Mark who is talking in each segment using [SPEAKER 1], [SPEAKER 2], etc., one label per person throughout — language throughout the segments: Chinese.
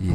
[SPEAKER 1] 以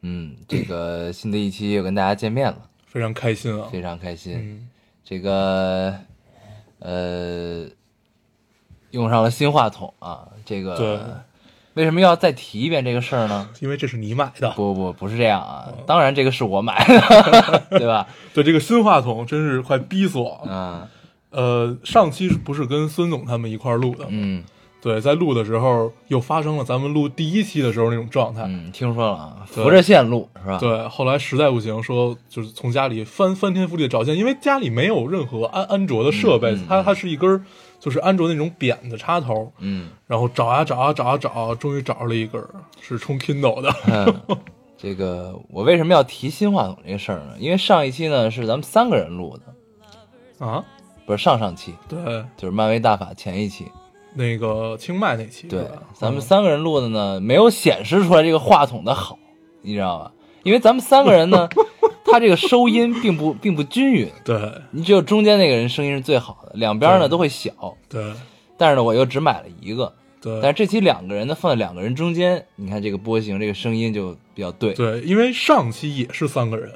[SPEAKER 1] 嗯，这个新的一期又跟大家见面了，
[SPEAKER 2] 非常开心啊！
[SPEAKER 1] 非常开心。
[SPEAKER 2] 嗯，
[SPEAKER 1] 这个呃，用上了新话筒啊，
[SPEAKER 2] 对
[SPEAKER 1] 这个为什么要再提一遍这个事 儿呢？
[SPEAKER 2] 呃因为这是你买的，
[SPEAKER 1] 不不不是这样啊，
[SPEAKER 2] 哦
[SPEAKER 1] 当然这个是我买的， 对吧？
[SPEAKER 2] 对这个新话筒真是快逼死我了。
[SPEAKER 1] 嗯
[SPEAKER 2] 呃，上期不是跟孙总他们一块儿录的，
[SPEAKER 1] 嗯
[SPEAKER 2] 对，在录的时候又发生了咱们录第一期的时候那种状态。
[SPEAKER 1] 嗯，啊听说了啊，
[SPEAKER 2] 对
[SPEAKER 1] 扶着线路是吧？
[SPEAKER 2] 对，后来实在不行，说就是从家里翻翻天覆地找线，因为家里没有任何安安卓的设备，
[SPEAKER 1] 嗯嗯
[SPEAKER 2] 它它是一根儿就是安卓那种扁的插头，
[SPEAKER 1] 嗯，
[SPEAKER 2] 然后找啊找啊找啊找，终于找着了一根儿是充 Kindle 的。
[SPEAKER 1] 嗯，这个我为什么要提新话筒这个事儿呢？因为上一期呢是咱们三个人录的，嗯
[SPEAKER 2] 啊，
[SPEAKER 1] 不是上上期，
[SPEAKER 2] 对，
[SPEAKER 1] 就是漫威大法前一期。
[SPEAKER 2] 那个清迈那期
[SPEAKER 1] 对
[SPEAKER 2] 是吧，
[SPEAKER 1] 咱们三个嗯人录的呢，没有显示出来这个话筒的好，你知道吧？因为咱们三个人 呢，他这个收音并不并不均匀，
[SPEAKER 2] 对
[SPEAKER 1] 你只有中间那个人声音是最好的，两边呢
[SPEAKER 2] 对
[SPEAKER 1] 都会小。
[SPEAKER 2] 对
[SPEAKER 1] 但是呢，我又只买了一个，
[SPEAKER 2] 对，
[SPEAKER 1] 但是这期两个人呢放在两个人中间，你看这个波形，这个声音就比较对。
[SPEAKER 2] 对，因为上期也是三个人，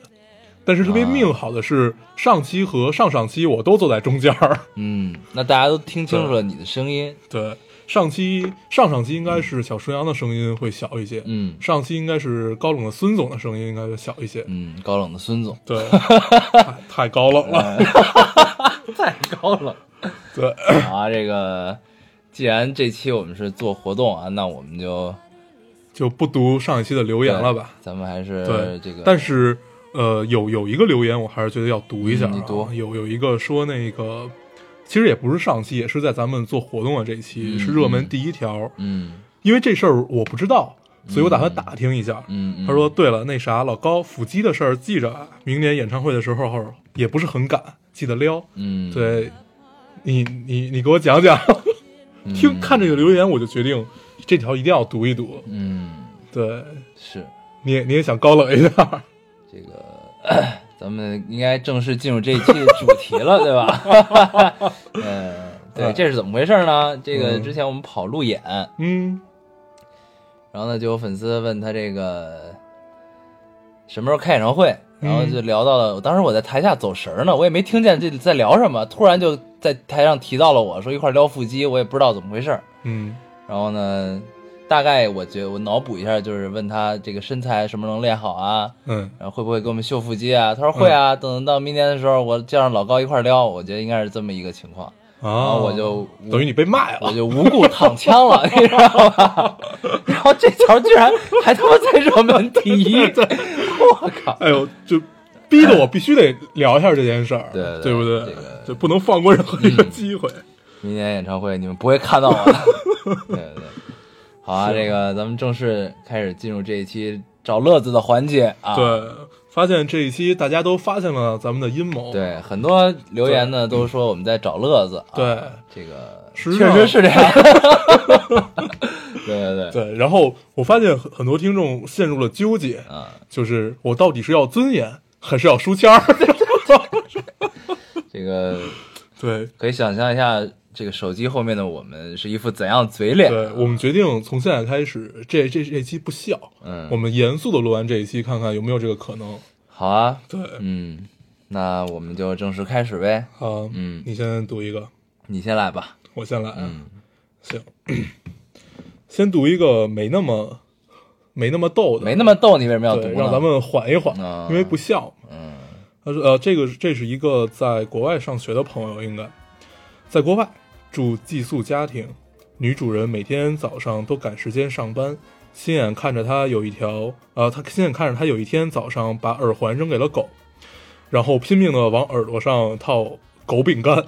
[SPEAKER 2] 但是特别
[SPEAKER 1] 啊
[SPEAKER 2] 命好的是、上期和上上期我都坐在中间儿。
[SPEAKER 1] 嗯，那大家都听清楚了你的声音，
[SPEAKER 2] 对，上期上上期应该是小顺阳的声音会小一些，
[SPEAKER 1] 嗯
[SPEAKER 2] 上期应该是高冷的孙总的声音应该会小一些。
[SPEAKER 1] 嗯，高冷的孙总，
[SPEAKER 2] 对，太太高冷 了。
[SPEAKER 1] 哎太 高冷。
[SPEAKER 2] 对，
[SPEAKER 1] 好啊， 这个既然这期我们是做活动啊，那我们就
[SPEAKER 2] 就不读上一期的留言了吧。
[SPEAKER 1] 对？咱们还是
[SPEAKER 2] 对，
[SPEAKER 1] 这个，
[SPEAKER 2] 但
[SPEAKER 1] 是
[SPEAKER 2] 是呃，有有一个留言，我还是觉得要读一下、啊
[SPEAKER 1] 嗯你读
[SPEAKER 2] 有有一个说那个，其实也不是上期，也是在咱们做活动的这一期，
[SPEAKER 1] 嗯
[SPEAKER 2] 是热
[SPEAKER 1] 嗯
[SPEAKER 2] 门第一条。
[SPEAKER 1] 嗯
[SPEAKER 2] 因为这事儿我不知道，所以我打算打听一下。
[SPEAKER 1] 嗯，嗯
[SPEAKER 2] 他说：“对了，那啥，老高腹肌的事儿记着啊，明年演唱会的时候也不是很赶，记得撩。
[SPEAKER 1] 嗯，
[SPEAKER 2] 对，你你你给我讲讲。
[SPEAKER 1] 嗯
[SPEAKER 2] 听看这个留言，我就决定这条一定要读一读。
[SPEAKER 1] 嗯
[SPEAKER 2] 对，
[SPEAKER 1] 是
[SPEAKER 2] 你也你也想高冷一下，
[SPEAKER 1] 这个。咱们应该正式进入这一期的主题了，对吧？ 嗯，对，
[SPEAKER 2] 哎
[SPEAKER 1] 这是怎么回事呢？这个
[SPEAKER 2] 嗯
[SPEAKER 1] 之前我们跑路演，
[SPEAKER 2] 嗯，
[SPEAKER 1] 然后呢，就有粉丝问他这个什么时候开演唱会，然
[SPEAKER 2] 嗯
[SPEAKER 1] 后就聊到了。当时我在台下走神儿呢，我也没听见这在聊什么，突然就在台上提到了我说一块儿撩腹肌，我也不知道怎么回事儿。
[SPEAKER 2] 嗯
[SPEAKER 1] 然后呢，大概我觉我脑补一下，就是问他这个身材什么时候能练好啊，
[SPEAKER 2] 嗯
[SPEAKER 1] 然后会不会给我们秀腹肌啊？他说会啊，等到明年的时候我叫上老高一块儿撩，我觉得应该是这么一个情况。然
[SPEAKER 2] 啊
[SPEAKER 1] 后我就
[SPEAKER 2] 等于你被卖
[SPEAKER 1] 我
[SPEAKER 2] 了，
[SPEAKER 1] 就无故躺枪了， 你知道吧？ 然后这条居然还他妈在热门第一， 我靠！
[SPEAKER 2] 哎呦，就逼得我必须得聊一下这件事儿，
[SPEAKER 1] 对对
[SPEAKER 2] 对
[SPEAKER 1] 对
[SPEAKER 2] 不
[SPEAKER 1] 这个嗯
[SPEAKER 2] 对？就不能放过任何一个机会。
[SPEAKER 1] 明年演唱会你们不会看到我的。 对对对，好啊，这个咱们正式开始进入这一期找乐子的环节啊。
[SPEAKER 2] 对，发现这一期大家都发现了咱们的阴谋。，
[SPEAKER 1] 对，很多留言呢都说我们在找乐子啊。
[SPEAKER 2] 对，
[SPEAKER 1] 这个
[SPEAKER 2] 实
[SPEAKER 1] 确
[SPEAKER 2] 际上
[SPEAKER 1] 实是这样。 对对对，
[SPEAKER 2] 对，然后我发现很很多听众陷入了纠结，
[SPEAKER 1] 啊，
[SPEAKER 2] 就是我到底是要尊严还是要书签儿？
[SPEAKER 1] 这个
[SPEAKER 2] 对，
[SPEAKER 1] 可以想象一下，这个手机后面的我们是一副怎样的嘴脸？
[SPEAKER 2] 对，我们决定从现在开始，这这这期不笑，
[SPEAKER 1] 嗯，
[SPEAKER 2] 我们严肃的录完这一期，看看有没有这个可能。
[SPEAKER 1] 好啊，
[SPEAKER 2] 对，
[SPEAKER 1] 嗯，那我们就正式开始呗。
[SPEAKER 2] 啊，
[SPEAKER 1] 嗯
[SPEAKER 2] 你先读一个，
[SPEAKER 1] 你先来吧。
[SPEAKER 2] 我先来啊。
[SPEAKER 1] 嗯
[SPEAKER 2] 行， 先读一个没那么没那么逗的，
[SPEAKER 1] 没那么逗，你为什么要读
[SPEAKER 2] 对，
[SPEAKER 1] 呢？
[SPEAKER 2] 让咱们缓一缓，
[SPEAKER 1] 啊
[SPEAKER 2] 因为不笑嘛。
[SPEAKER 1] 嗯
[SPEAKER 2] 他说呃，这个这是一个在国外上学的朋友，应该在国外住寄宿家庭，女主人每天早上都赶时间上班，亲眼看着她有一条呃，她亲眼看着她有一天早上把耳环扔给了狗，然后拼命的往耳朵上套狗饼干。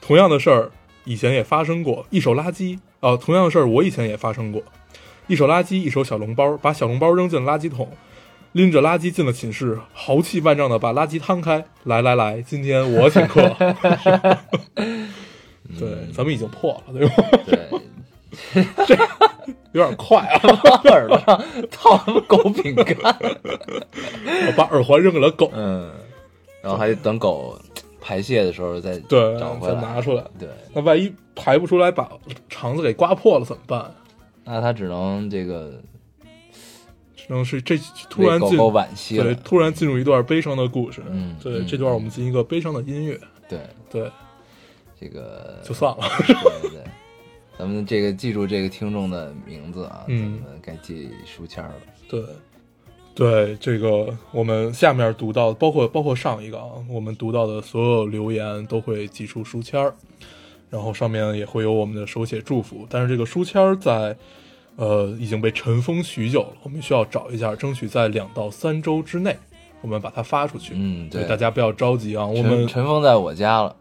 [SPEAKER 2] 同样的事儿以前也发生过，一手垃圾啊、呃同样的事儿我以前也发生过，一手垃圾，一手小笼包，把小笼包扔进垃圾桶，拎着垃圾进了寝室，豪气万丈的把垃圾摊开，来来来，今天我请 客。
[SPEAKER 1] 嗯
[SPEAKER 2] 对，咱们已经破了， 对吧？
[SPEAKER 1] 对，
[SPEAKER 2] 有点快啊，
[SPEAKER 1] 套耳朵上套什么狗饼干？
[SPEAKER 2] 我把耳环扔给了狗。
[SPEAKER 1] 嗯，然后还得等狗排泄的时候再
[SPEAKER 2] 对
[SPEAKER 1] 找回
[SPEAKER 2] 再
[SPEAKER 1] 来，
[SPEAKER 2] 拿出来
[SPEAKER 1] 对，
[SPEAKER 2] 那万一排不出来，把肠子给刮破了怎么办？
[SPEAKER 1] 那它只能这个
[SPEAKER 2] 只能是这突
[SPEAKER 1] 为
[SPEAKER 2] 然
[SPEAKER 1] 狗
[SPEAKER 2] 进
[SPEAKER 1] 狗惋惜
[SPEAKER 2] 对
[SPEAKER 1] 了。
[SPEAKER 2] 突然进入一段悲伤的故事。
[SPEAKER 1] 嗯
[SPEAKER 2] 对
[SPEAKER 1] 嗯
[SPEAKER 2] 这段我们进一个悲伤的音乐。
[SPEAKER 1] 对，
[SPEAKER 2] 对，
[SPEAKER 1] 这个
[SPEAKER 2] 就算了。
[SPEAKER 1] 对对对， 咱们这个记住这个听众的名字啊，
[SPEAKER 2] 嗯
[SPEAKER 1] 咱们该记书签儿了。
[SPEAKER 2] 对，对，这个我们下面读到，包括包括上一个啊，我们读到的所有留言都会寄出书签儿，然后上面也会有我们的手写祝福。但是这个书签儿在呃已经被尘封许久了，我们需要找一下，争取在两到三周之内，我们把它发出去。
[SPEAKER 1] 嗯，
[SPEAKER 2] 对，
[SPEAKER 1] 对，
[SPEAKER 2] 大家不要着急啊，我
[SPEAKER 1] 尘
[SPEAKER 2] 们
[SPEAKER 1] 尘封在我家了。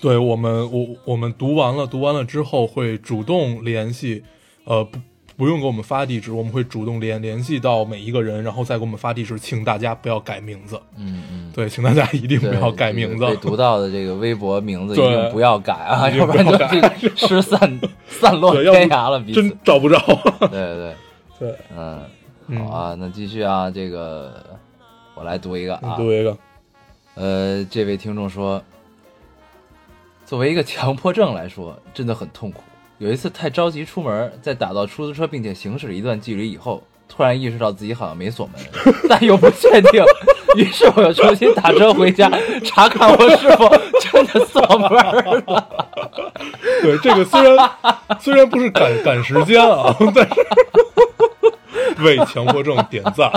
[SPEAKER 2] 对我们，我我们读完了，读完了之后会主动联系，呃，不不用给我们发地址，我们会主动联联系到每一个人，然后再给我们发地址，请大家不要改名字。
[SPEAKER 1] 嗯嗯，
[SPEAKER 2] 对，请大家一定不
[SPEAKER 1] 对，
[SPEAKER 2] 要改名字
[SPEAKER 1] 这个。被读到的这个微博 名字一
[SPEAKER 2] 对
[SPEAKER 1] 定不要改 啊，
[SPEAKER 2] 一
[SPEAKER 1] 要
[SPEAKER 2] 定
[SPEAKER 1] 不
[SPEAKER 2] 不要
[SPEAKER 1] 然就
[SPEAKER 2] 改
[SPEAKER 1] 这 失 散散落
[SPEAKER 2] 对要不
[SPEAKER 1] 天涯了彼此。
[SPEAKER 2] 真找不着。
[SPEAKER 1] 对对
[SPEAKER 2] 对，
[SPEAKER 1] 嗯，
[SPEAKER 2] 嗯
[SPEAKER 1] 好啊，那继续啊，这个我来读一个
[SPEAKER 2] 你
[SPEAKER 1] 啊，
[SPEAKER 2] 读一个，
[SPEAKER 1] 呃，这位听众说，作为一个强迫症来说，真的很痛苦。有一次太着急出门，在打到出租车并且行驶了一段距离以后，突然意识到自己好像没锁门， 但又不确定，于是我又重新打车回家，查看我是否真的锁门了。
[SPEAKER 2] 对这个虽然 虽然不是赶赶时间啊，但是 为强迫症点赞。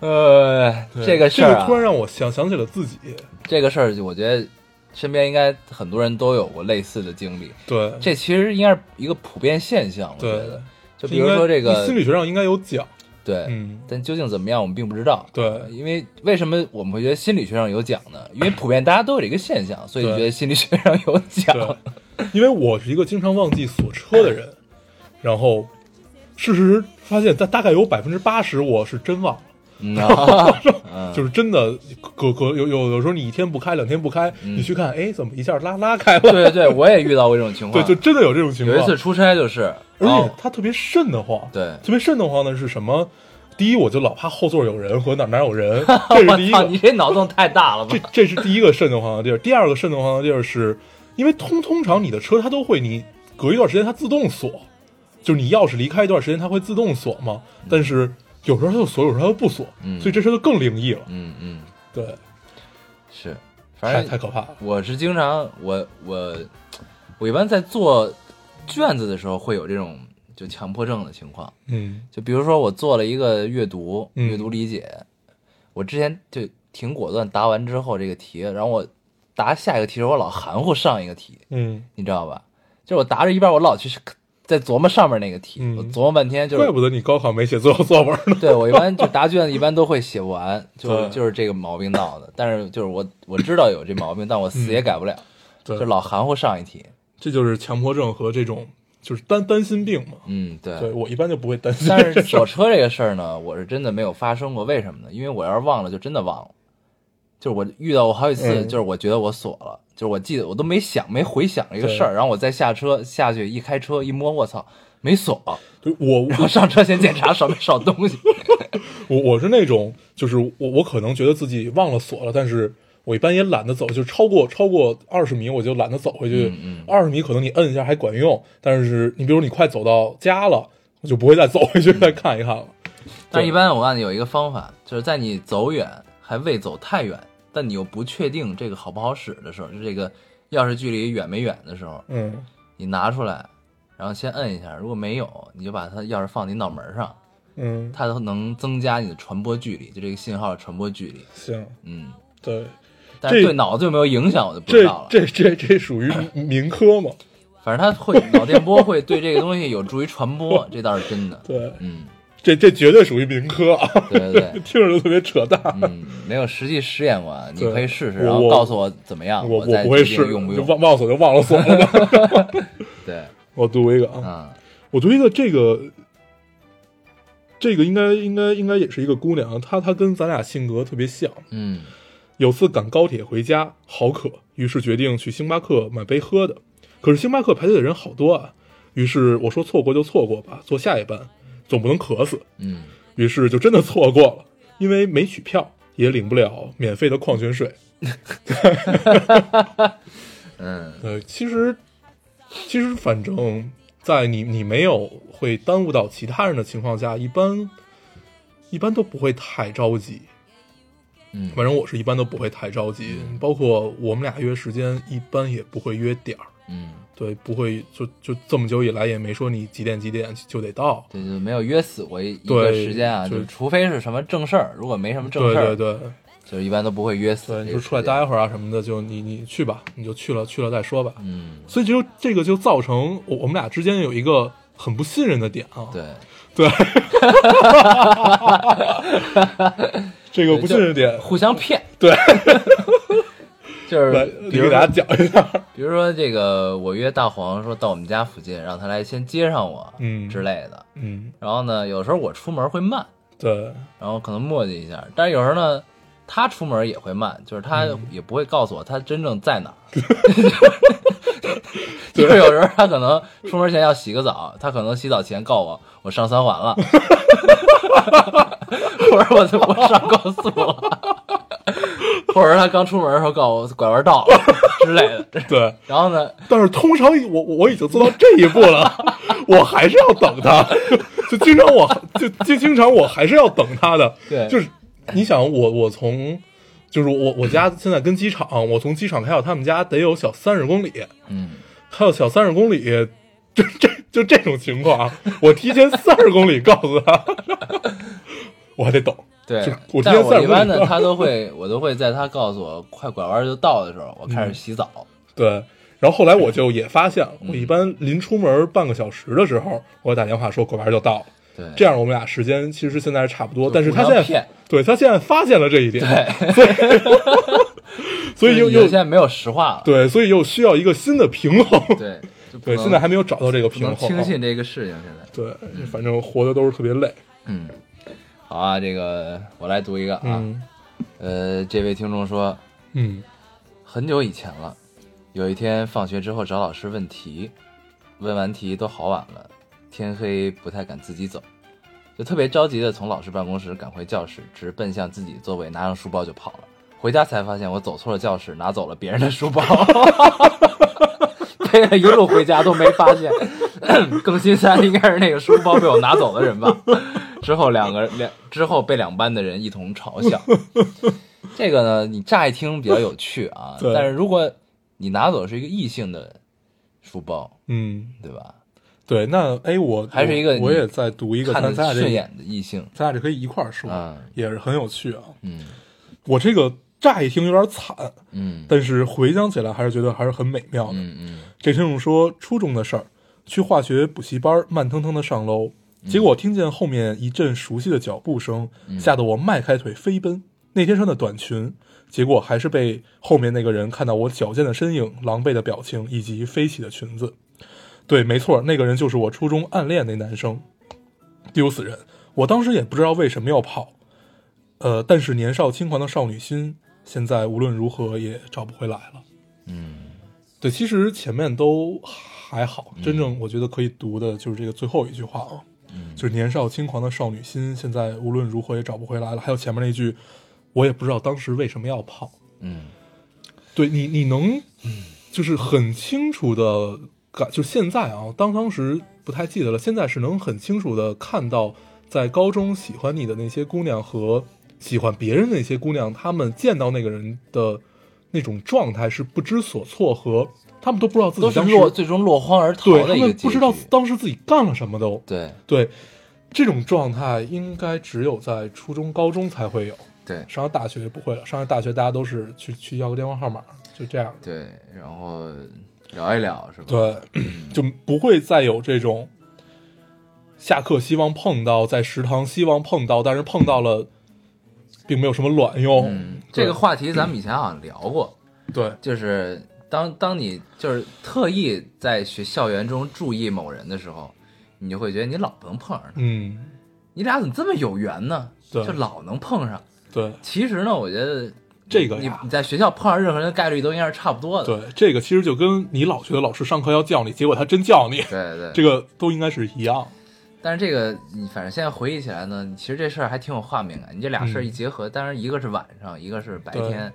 [SPEAKER 1] 呃，这个事儿、
[SPEAKER 2] 这个
[SPEAKER 1] 啊
[SPEAKER 2] 突，然让我想想起了自己。
[SPEAKER 1] 这个事儿，我觉得身边应该很多人都有过类似的经历。
[SPEAKER 2] 对，
[SPEAKER 1] 这其实应该是一个普遍现象，我觉得
[SPEAKER 2] 对。
[SPEAKER 1] 就比如说这
[SPEAKER 2] 应该
[SPEAKER 1] 个
[SPEAKER 2] 心理学上应该有讲。
[SPEAKER 1] 对，
[SPEAKER 2] 嗯
[SPEAKER 1] 但究竟怎么样，我们并不知道。
[SPEAKER 2] 对
[SPEAKER 1] 因为为什么我们会觉得心理学上有奖呢？因为普遍大家都有这个现象，所以
[SPEAKER 2] 对
[SPEAKER 1] 觉得心理学上有奖。
[SPEAKER 2] 对， 因为我是一个经常忘记锁车的人，然后事实发现大大概有百分之八十我是真忘了。
[SPEAKER 1] 嗯啊
[SPEAKER 2] 就是真的，可可有有有时候你一天不开，两天不开，
[SPEAKER 1] 嗯
[SPEAKER 2] 你去看，哎，怎么一下拉拉开了？
[SPEAKER 1] 对对对，我也遇到过这种情
[SPEAKER 2] 对，
[SPEAKER 1] 况。
[SPEAKER 2] 就真的有这种情
[SPEAKER 1] 有
[SPEAKER 2] 况。哎
[SPEAKER 1] 一次出差就是，
[SPEAKER 2] 而
[SPEAKER 1] 然后
[SPEAKER 2] 且它特别瘆得慌。
[SPEAKER 1] 对
[SPEAKER 2] 特别瘆得慌的是什么？第一，我就老怕后座有人和哪哪有人， 这是第一
[SPEAKER 1] 我操，
[SPEAKER 2] 个
[SPEAKER 1] 你。这脑洞太大了吧
[SPEAKER 2] 这？这是第一个瘆得慌的地儿。第二个瘆得慌的地儿是，因为通通常你的车它都会，你隔一段时间它自动锁，就是你钥匙离开一段时间它会自动锁嘛。但是有时候它就锁，有时候它又不锁，
[SPEAKER 1] 嗯
[SPEAKER 2] 所以这事儿就更灵异了。
[SPEAKER 1] 嗯嗯，
[SPEAKER 2] 对，
[SPEAKER 1] 是，反
[SPEAKER 2] 太
[SPEAKER 1] 正
[SPEAKER 2] 太可怕了。
[SPEAKER 1] 我是经常我我我一般在做卷子的时候会有这种就强迫症的情况，
[SPEAKER 2] 嗯
[SPEAKER 1] 就比如说我做了一个阅读
[SPEAKER 2] 嗯
[SPEAKER 1] 阅读理解，我之前就挺果断答完之后这个题，然后我答下一个题的时候我老含糊上一个题，
[SPEAKER 2] 嗯，
[SPEAKER 1] 你知道吧？就是我答着一半我老去在琢磨上面那个题，
[SPEAKER 2] 嗯
[SPEAKER 1] 我琢磨半天就
[SPEAKER 2] 怪
[SPEAKER 1] 是。
[SPEAKER 2] 不得你高考没写最后作文呢。
[SPEAKER 1] 对，我一般就答卷子，一般都会写不完， 就
[SPEAKER 2] 对
[SPEAKER 1] 就是这个毛病闹的。但是就是我我知道有这毛病，但我死也改不了。
[SPEAKER 2] 嗯对
[SPEAKER 1] 就，老含糊上一题。
[SPEAKER 2] 这就是强迫症和这种就是担担心病嘛。
[SPEAKER 1] 嗯，对。
[SPEAKER 2] 对我一般就不会担心
[SPEAKER 1] 但是
[SPEAKER 2] 这事儿。
[SPEAKER 1] 锁车这个事儿呢，我是真的没有发生过。为什么呢？因为我要是忘了，就真的忘了。就是我遇到过好几次，
[SPEAKER 2] 嗯
[SPEAKER 1] 就是我觉得我锁了，就是我记得我都没想没回想这个事儿，然后我再下车下去一开车一摸，我操，没锁。
[SPEAKER 2] 就我
[SPEAKER 1] 然后上车先检查少没少东西。
[SPEAKER 2] 我我是那种，就是我我可能觉得自己忘了锁了，但是我一般也懒得走，就超过超过二十米我就懒得走回去
[SPEAKER 1] 嗯嗯。
[SPEAKER 2] 二十、米可能你摁一下还管用，但是你比如你快走到家了，我就不会再走回去
[SPEAKER 1] 嗯
[SPEAKER 2] 再看一看了。
[SPEAKER 1] 但是一般我按有一个方法，就是在你走远还未走太远，但你又不确定这个好不好使的时候，就这个钥匙距离远没远的时候，
[SPEAKER 2] 嗯，
[SPEAKER 1] 你拿出来，然后先摁一下，如果没有，你就把它钥匙放你脑门上，
[SPEAKER 2] 嗯，
[SPEAKER 1] 它能增加你的传播距离，就这个信号的传播距离。
[SPEAKER 2] 行，
[SPEAKER 1] 嗯，
[SPEAKER 2] 对，
[SPEAKER 1] 但是
[SPEAKER 2] 这
[SPEAKER 1] 对脑子有没有影响，我就不知
[SPEAKER 2] 这
[SPEAKER 1] 道了。
[SPEAKER 2] 这这这属于民科嘛？
[SPEAKER 1] 反正它会脑电波会对这个东西有助于传 播，这倒是真的。
[SPEAKER 2] 对，
[SPEAKER 1] 嗯，
[SPEAKER 2] 这这绝对属于民科啊！。
[SPEAKER 1] 对对对
[SPEAKER 2] 听着就特别扯淡。
[SPEAKER 1] 嗯，没有实际试验过啊，你
[SPEAKER 2] 对
[SPEAKER 1] 可以试试，
[SPEAKER 2] 我
[SPEAKER 1] 然后
[SPEAKER 2] 我
[SPEAKER 1] 告诉我怎么样，
[SPEAKER 2] 我
[SPEAKER 1] 再
[SPEAKER 2] 不会
[SPEAKER 1] 决定
[SPEAKER 2] 试，
[SPEAKER 1] 用不
[SPEAKER 2] 就
[SPEAKER 1] 用。
[SPEAKER 2] 忘忘锁就忘了锁了 吧。
[SPEAKER 1] 对，
[SPEAKER 2] 我读一个啊，
[SPEAKER 1] 啊，
[SPEAKER 2] 我读一个这个这个应该应该应该也是一个姑娘，她她跟咱俩性格特别像。
[SPEAKER 1] 嗯
[SPEAKER 2] 有次赶高铁回家，好渴，于是决定去星巴克买杯喝的。可是星巴克排队的人好多啊，于是我说错过就错过吧，坐下一班，总不能渴死。
[SPEAKER 1] 嗯，
[SPEAKER 2] 于是就真的错过了，因为没取票，也领不了免费的矿泉水。
[SPEAKER 1] 嗯，
[SPEAKER 2] 呃，其实，其实反正，在你你没有会耽误到其他人的情况下，一般一般都不会太着急。
[SPEAKER 1] 嗯
[SPEAKER 2] 反正我是一般都不会太着急，包括我们俩约时间，一般也不会约点儿。
[SPEAKER 1] 嗯，
[SPEAKER 2] 对，不会就就这么久以来也没说你几点几点就得到。
[SPEAKER 1] 对，就没有约死过一一个
[SPEAKER 2] 对
[SPEAKER 1] 时间啊，
[SPEAKER 2] 就
[SPEAKER 1] 就除非是什么正事儿，如果没什么正
[SPEAKER 2] 对
[SPEAKER 1] 事
[SPEAKER 2] 对
[SPEAKER 1] 儿，
[SPEAKER 2] 对
[SPEAKER 1] 就是一般都不会约死。
[SPEAKER 2] 对，你就出来待，一会儿啊什么的，就你你去吧，你就去了去了再说吧。
[SPEAKER 1] 嗯，
[SPEAKER 2] 所以就这个就造成我我们俩之间有一个很不信任的点啊。
[SPEAKER 1] 对，
[SPEAKER 2] 对，这个不信任点，
[SPEAKER 1] 互相骗，
[SPEAKER 2] 对，
[SPEAKER 1] 就是
[SPEAKER 2] 来，你
[SPEAKER 1] 比
[SPEAKER 2] 给
[SPEAKER 1] 如
[SPEAKER 2] 大家
[SPEAKER 1] 说，
[SPEAKER 2] 讲一下。
[SPEAKER 1] 比如说这个，我约大黄说到我们家附近，让他来先接上我，
[SPEAKER 2] 嗯
[SPEAKER 1] 之类的。
[SPEAKER 2] 嗯，
[SPEAKER 1] 然后呢，有时候我出门会慢，
[SPEAKER 2] 对，
[SPEAKER 1] 然后可能磨叽一下，但是有时候呢，他出门也会慢，就是他也不会告诉我他真正在哪儿。 就是有时候他可能出门前要洗个澡，他可能洗澡前告我我上三环了， 或者我我上高速了， 或者他刚出门的时候告我拐弯道了之类的。
[SPEAKER 2] 对，
[SPEAKER 1] 然后呢，
[SPEAKER 2] 但是通常我我我已经做到这一步了，我还是要等他， 就经常我就就经常我还是要等他的，
[SPEAKER 1] 对
[SPEAKER 2] 就是你想我我从就是我我家现在跟机场，我从机场开到他们家得有小三十公里，
[SPEAKER 1] 嗯，
[SPEAKER 2] 还有小三十公里，就这就这种情况啊！我提前三十公里告诉他， 我还得等。
[SPEAKER 1] 对
[SPEAKER 2] 就我，今
[SPEAKER 1] 但是
[SPEAKER 2] 天
[SPEAKER 1] 我
[SPEAKER 2] 散
[SPEAKER 1] 一
[SPEAKER 2] 步
[SPEAKER 1] 般
[SPEAKER 2] 你
[SPEAKER 1] 呢，
[SPEAKER 2] 知道
[SPEAKER 1] 他都会，我都会在他告诉我快拐弯就到的时候，我
[SPEAKER 2] 嗯
[SPEAKER 1] 开始洗澡。
[SPEAKER 2] 对，然后后来我就也发现，我一般临出门半个小时的时候，我打电话说拐弯就到了。
[SPEAKER 1] 对，
[SPEAKER 2] 这样我们俩时间其实现在是差不多，
[SPEAKER 1] 就
[SPEAKER 2] 但是他
[SPEAKER 1] 互
[SPEAKER 2] 现
[SPEAKER 1] 相
[SPEAKER 2] 在
[SPEAKER 1] 骗
[SPEAKER 2] 对他现在发现了这一点，
[SPEAKER 1] 对，
[SPEAKER 2] 所以又
[SPEAKER 1] 有
[SPEAKER 2] 又
[SPEAKER 1] 现在没有实话了。
[SPEAKER 2] 对，所以又需要一个新的平衡。
[SPEAKER 1] 对就不
[SPEAKER 2] 对，
[SPEAKER 1] 能
[SPEAKER 2] 现在还没有找到这个
[SPEAKER 1] 不
[SPEAKER 2] 平
[SPEAKER 1] 能
[SPEAKER 2] 衡
[SPEAKER 1] 轻
[SPEAKER 2] 啊。
[SPEAKER 1] 信这个事情。现在，
[SPEAKER 2] 对，反正活的都是特别累。
[SPEAKER 1] 嗯，好啊，这个我来读一个啊。
[SPEAKER 2] 嗯
[SPEAKER 1] 呃，这位听众说，
[SPEAKER 2] 嗯
[SPEAKER 1] 很久以前了，有一天放学之后找老师问题，问完题都好晚了，天黑不太敢自己走，就特别着急的从老师办公室赶回教室，直奔向自己座位，拿上书包就跑了。回家才发现我走错了教室，拿走了别人的书包，背了一路回家都没发现。 更新三应该是那个书包被我拿走的人吧？之后两个两之后被两班的人一同嘲笑。这个呢，你乍一听比较有趣啊，
[SPEAKER 2] 对
[SPEAKER 1] 但是如果你拿走的是一个异性的书包，
[SPEAKER 2] 嗯，
[SPEAKER 1] 对吧？
[SPEAKER 2] 对，那哎，我
[SPEAKER 1] 还是一个
[SPEAKER 2] 我我也在读一个，
[SPEAKER 1] 看
[SPEAKER 2] 咱咱
[SPEAKER 1] 着
[SPEAKER 2] 俩这
[SPEAKER 1] 顺眼的异性，
[SPEAKER 2] 咱俩这可以一块儿说，
[SPEAKER 1] 嗯
[SPEAKER 2] 也是很有趣啊。
[SPEAKER 1] 嗯
[SPEAKER 2] 我这个乍一听有点惨，
[SPEAKER 1] 嗯
[SPEAKER 2] 但是回想起来还是觉得还是很美妙的。
[SPEAKER 1] 嗯嗯
[SPEAKER 2] 这听众说初中的事儿，去化学补习班，慢腾腾的上楼，结果听见后面一阵熟悉的脚步声，吓得我迈开腿飞奔。那天穿的短裙，结果还是被后面那个人看到我矫健的身影、狼狈的表情以及飞起的裙子。对，没错，那个人就是我初中暗恋那男生，丢死人！我当时也不知道为什么要跑，呃，但是年少轻狂的少女心，现在无论如何也找不回来了。
[SPEAKER 1] 嗯
[SPEAKER 2] 对，其实前面都还好，真正我觉得可以读的就是这个最后一句话啊，就是年少轻狂的少女心，现在无论如何也找不回来了。还有前面那句，我也不知道当时为什么要跑。
[SPEAKER 1] 嗯
[SPEAKER 2] 对你，你能，就是很清楚的感，就是现在啊，当当时不太记得了，现在是能很清楚的看到，在高中喜欢你的那些姑娘和喜欢别人的那些姑娘，她们见到那个人的那种状态是不知所措和。她们都不知道自
[SPEAKER 1] 都
[SPEAKER 2] 己
[SPEAKER 1] 是
[SPEAKER 2] 当时
[SPEAKER 1] 落最终落荒而逃
[SPEAKER 2] 对，他
[SPEAKER 1] 的一个
[SPEAKER 2] 们
[SPEAKER 1] 结
[SPEAKER 2] 不
[SPEAKER 1] 局。
[SPEAKER 2] 知道当时自己干了什么都。
[SPEAKER 1] 对
[SPEAKER 2] 对，这种状态应该只有在初中、高中才会有，
[SPEAKER 1] 对
[SPEAKER 2] 上了大学不会了。上了大学大家都是去去要个电话号码，就这样。
[SPEAKER 1] 对，然后聊一聊是吧？
[SPEAKER 2] 对， 就不会再有这种下课希望碰到，在食堂希望碰到，但是碰到了，并没有什么卵用。
[SPEAKER 1] 嗯，
[SPEAKER 2] 对
[SPEAKER 1] 这个话题咱们以前好像聊过，
[SPEAKER 2] 对
[SPEAKER 1] 就是当当你就是特意在学校园中注意某人的时候，你就会觉得你老能碰上他，
[SPEAKER 2] 嗯，
[SPEAKER 1] 你俩怎么这么有缘呢？
[SPEAKER 2] 对
[SPEAKER 1] 就老能碰上。
[SPEAKER 2] 对
[SPEAKER 1] 其实呢，我觉得
[SPEAKER 2] 这个
[SPEAKER 1] 你
[SPEAKER 2] 呀
[SPEAKER 1] 你在学校碰上任何人的概率都应该是差不多的。
[SPEAKER 2] 对，这个其实就跟你老觉得老师上课要叫你，结果他真叫你，
[SPEAKER 1] 对对
[SPEAKER 2] 这个都应该是一样。
[SPEAKER 1] 但是这个你反正现在回忆起来呢，其实这事儿还挺有画面感。你这俩事儿一结合，当然一个是晚上，一个是白天，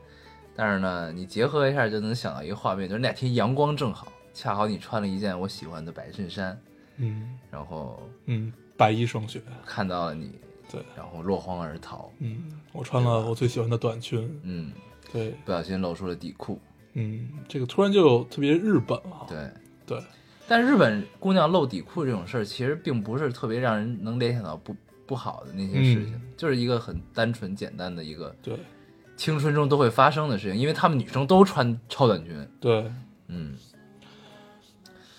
[SPEAKER 1] 但是呢，你结合一下就能想到一个画面，就是那天阳光正好，恰好你穿了一件我喜欢的白衬衫，
[SPEAKER 2] 嗯
[SPEAKER 1] 然后
[SPEAKER 2] 嗯，白衣胜雪。
[SPEAKER 1] 看到了你，
[SPEAKER 2] 对，
[SPEAKER 1] 然后落荒而逃，
[SPEAKER 2] 嗯，我穿了我最喜欢的短裙。
[SPEAKER 1] 嗯，
[SPEAKER 2] 对，
[SPEAKER 1] 不小心露出了底裤，
[SPEAKER 2] 嗯，这个突然就有特别日本了。
[SPEAKER 1] 对。
[SPEAKER 2] 对
[SPEAKER 1] 但日本姑娘露底裤这种事儿，其实并不是特别让人能联想到不不好的那些事情，就是一个很单纯简单的一个
[SPEAKER 2] 对
[SPEAKER 1] 青春中都会发生的事情，因为她们女生都穿超短裙。
[SPEAKER 2] 对
[SPEAKER 1] 嗯，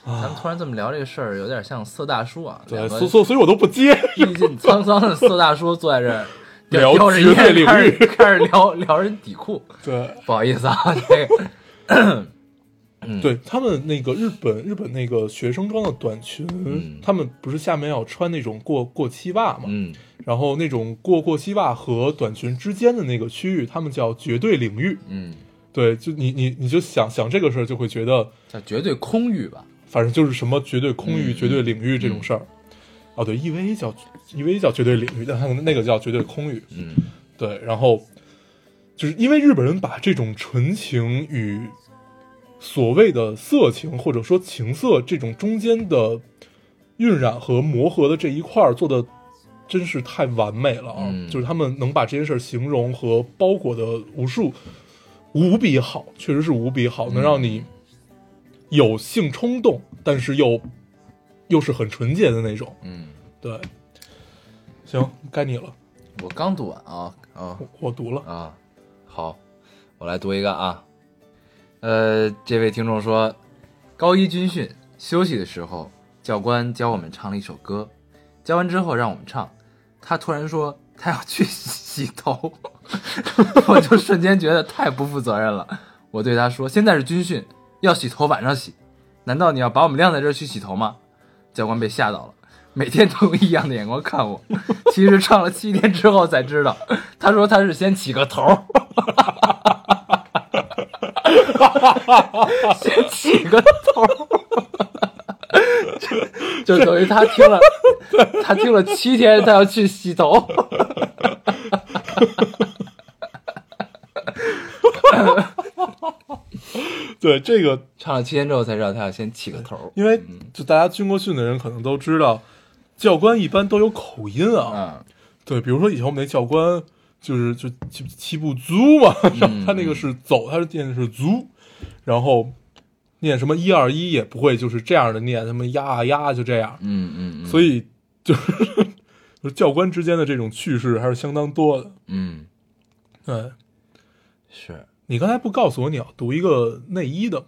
[SPEAKER 1] 咱们
[SPEAKER 2] 啊，
[SPEAKER 1] 突然这么聊这个事儿，有点像色大叔啊，
[SPEAKER 2] 对，
[SPEAKER 1] 两个
[SPEAKER 2] 所所所以我都不接。
[SPEAKER 1] 历尽沧桑的色大叔坐在这儿。
[SPEAKER 2] 聊
[SPEAKER 1] 叼着
[SPEAKER 2] 绝对
[SPEAKER 1] 烟，
[SPEAKER 2] 领
[SPEAKER 1] 开始
[SPEAKER 2] 域
[SPEAKER 1] 开始聊聊人底裤，
[SPEAKER 2] 对
[SPEAKER 1] 不好意思啊，这 个
[SPEAKER 2] 对，他们那个日本日本那个学生装的短裙，
[SPEAKER 1] 嗯
[SPEAKER 2] 他们不是下面要穿那种过过膝袜嘛？
[SPEAKER 1] 嗯，
[SPEAKER 2] 然后那种过过膝袜和短裙之间的那个区域，他们叫绝对领域。
[SPEAKER 1] 嗯，
[SPEAKER 2] 对，就你你你就想想这个事儿，就会觉得
[SPEAKER 1] 叫绝对空域吧，
[SPEAKER 2] 反正就是什么绝对空域、
[SPEAKER 1] 嗯
[SPEAKER 2] 绝对领域这种事儿。哦，对，EVA 叫 EVA 叫绝对领域，但他们那个叫绝对空域。
[SPEAKER 1] 嗯
[SPEAKER 2] 对，然后就是因为日本人把这种纯情与所谓的色情或者说情色这种中间的晕染和磨合的这一块儿做的真是太完美了啊！
[SPEAKER 1] 嗯
[SPEAKER 2] 就是他们能把这件事儿形容和包裹的无数无比好，确实是无比好，能让你有性冲动，但是又又是很纯洁的那种。
[SPEAKER 1] 嗯，
[SPEAKER 2] 对，行，该你了，
[SPEAKER 1] 我刚读完啊啊
[SPEAKER 2] 我我读了。
[SPEAKER 1] 啊，好，我来读一个啊。呃，这位听众说，高一军训休息的时候，教官教我们唱了一首歌，教完之后让我们唱，他突然说他要去洗头， 我就瞬间觉得太不负责任了。我对他说，现在是军训，要洗头晚上洗，难道你要把我们晾在这儿去洗头吗？教官被吓到了，每天都用异样的眼光看我。其实唱了七天之后才知道，他说他是先起个头 儿，先起个头儿， 就就等于他听了，他听了七天，他要去洗头。
[SPEAKER 2] 对这个
[SPEAKER 1] 唱了七天之后才知道他要先起个头儿。
[SPEAKER 2] 因为就大家军过训的人可能都知道，教官一般都有口音啊。
[SPEAKER 1] 嗯，
[SPEAKER 2] 对，比如说以前我们那教官就是就七七步足嘛，然
[SPEAKER 1] 嗯
[SPEAKER 2] 后他那个是走，他是念的是足，然后念什么一二一也不会就是这样的念，他们呀啊呀就这样，
[SPEAKER 1] 嗯嗯嗯，
[SPEAKER 2] 所以就是 就是教官之间的这种趣事还是相当多的。
[SPEAKER 1] 嗯
[SPEAKER 2] 对
[SPEAKER 1] 是
[SPEAKER 2] 你刚才不告诉我你要读一个内衣的吗？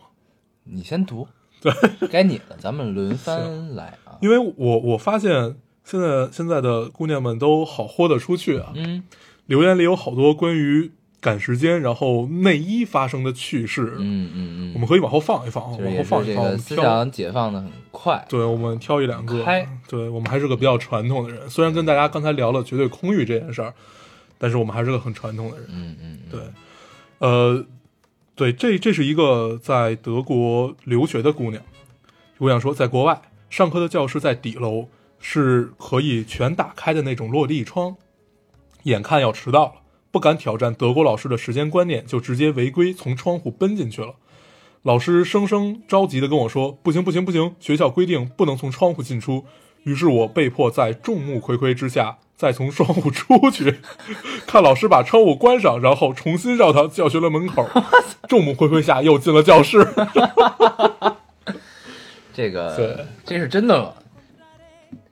[SPEAKER 1] 你先读，对，该你了，咱们轮番来啊。
[SPEAKER 2] 因为我我发现现在现在的姑娘们都好豁得出去啊，
[SPEAKER 1] 嗯
[SPEAKER 2] 留言里有好多关于赶时间，然后内衣发生的趣事，
[SPEAKER 1] 嗯嗯
[SPEAKER 2] 我
[SPEAKER 1] 嗯，
[SPEAKER 2] 们可以往后放一放，啊，
[SPEAKER 1] 就是
[SPEAKER 2] 往
[SPEAKER 1] 也
[SPEAKER 2] 后放
[SPEAKER 1] 是
[SPEAKER 2] 一
[SPEAKER 1] 这
[SPEAKER 2] 放，我
[SPEAKER 1] 个
[SPEAKER 2] 们
[SPEAKER 1] 思
[SPEAKER 2] 挑，
[SPEAKER 1] 想解放的很快。
[SPEAKER 2] 对，我们挑一两个
[SPEAKER 1] 开，
[SPEAKER 2] 对我们还是个比较传统的人，虽然跟大家刚才聊了绝对空域这件事儿，但是我们还是个很传统的人，
[SPEAKER 1] 嗯嗯嗯，
[SPEAKER 2] 对，呃，对，这这是一个在德国留学的姑娘，姑娘说，在国外上课的教室在底楼，是可以全打开的那种落地窗，眼看要迟到了，不敢挑战德国老师的时间观念，就直接违规从窗户奔进去了。老师生生着急地跟我说：“不行，不行，不行！学校规定不能从窗户进出。”于是我被迫在众目睽睽之下再从窗户出去，看老师把窗户关上，然后重新绕到教学楼门口。 众目睽睽下又进了教室。 对
[SPEAKER 1] 这个这是真的，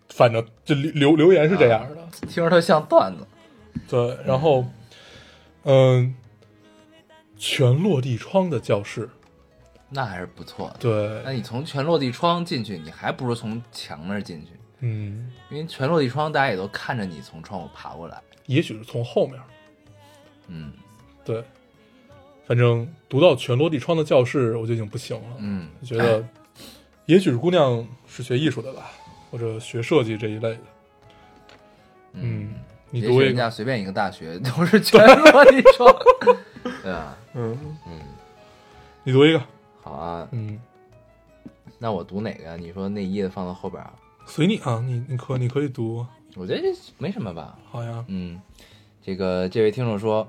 [SPEAKER 2] 反正这留留留言是这样的。
[SPEAKER 1] 听着特像段子。
[SPEAKER 2] 对，然后，嗯，全落地窗的教室，
[SPEAKER 1] 那还是不错的。那
[SPEAKER 2] 对，
[SPEAKER 1] 你从全落地窗进去，你还不如从墙那儿进去，
[SPEAKER 2] 嗯，
[SPEAKER 1] 因为全落地窗大家也都看着你从窗户爬过来。
[SPEAKER 2] 也许是从后面，
[SPEAKER 1] 嗯
[SPEAKER 2] 对，反正读到全落地窗的教室，我就已经不行了。
[SPEAKER 1] 嗯，
[SPEAKER 2] 我觉得，也许是姑娘是学艺术的吧，或者学设计这一类的。嗯你
[SPEAKER 1] 嗯也
[SPEAKER 2] 读
[SPEAKER 1] 许
[SPEAKER 2] 一
[SPEAKER 1] 人
[SPEAKER 2] 个，
[SPEAKER 1] 家随便一个大学都是全裸体装， 对吧？
[SPEAKER 2] 嗯，
[SPEAKER 1] 嗯，
[SPEAKER 2] 你读一个，
[SPEAKER 1] 好啊，
[SPEAKER 2] 嗯，
[SPEAKER 1] 那我读哪个呀？你说那一页放到后边啊？
[SPEAKER 2] 随你啊，你你可你可以读，
[SPEAKER 1] 我觉得这没什么吧。
[SPEAKER 2] 好呀，
[SPEAKER 1] 嗯，这个这位听众说，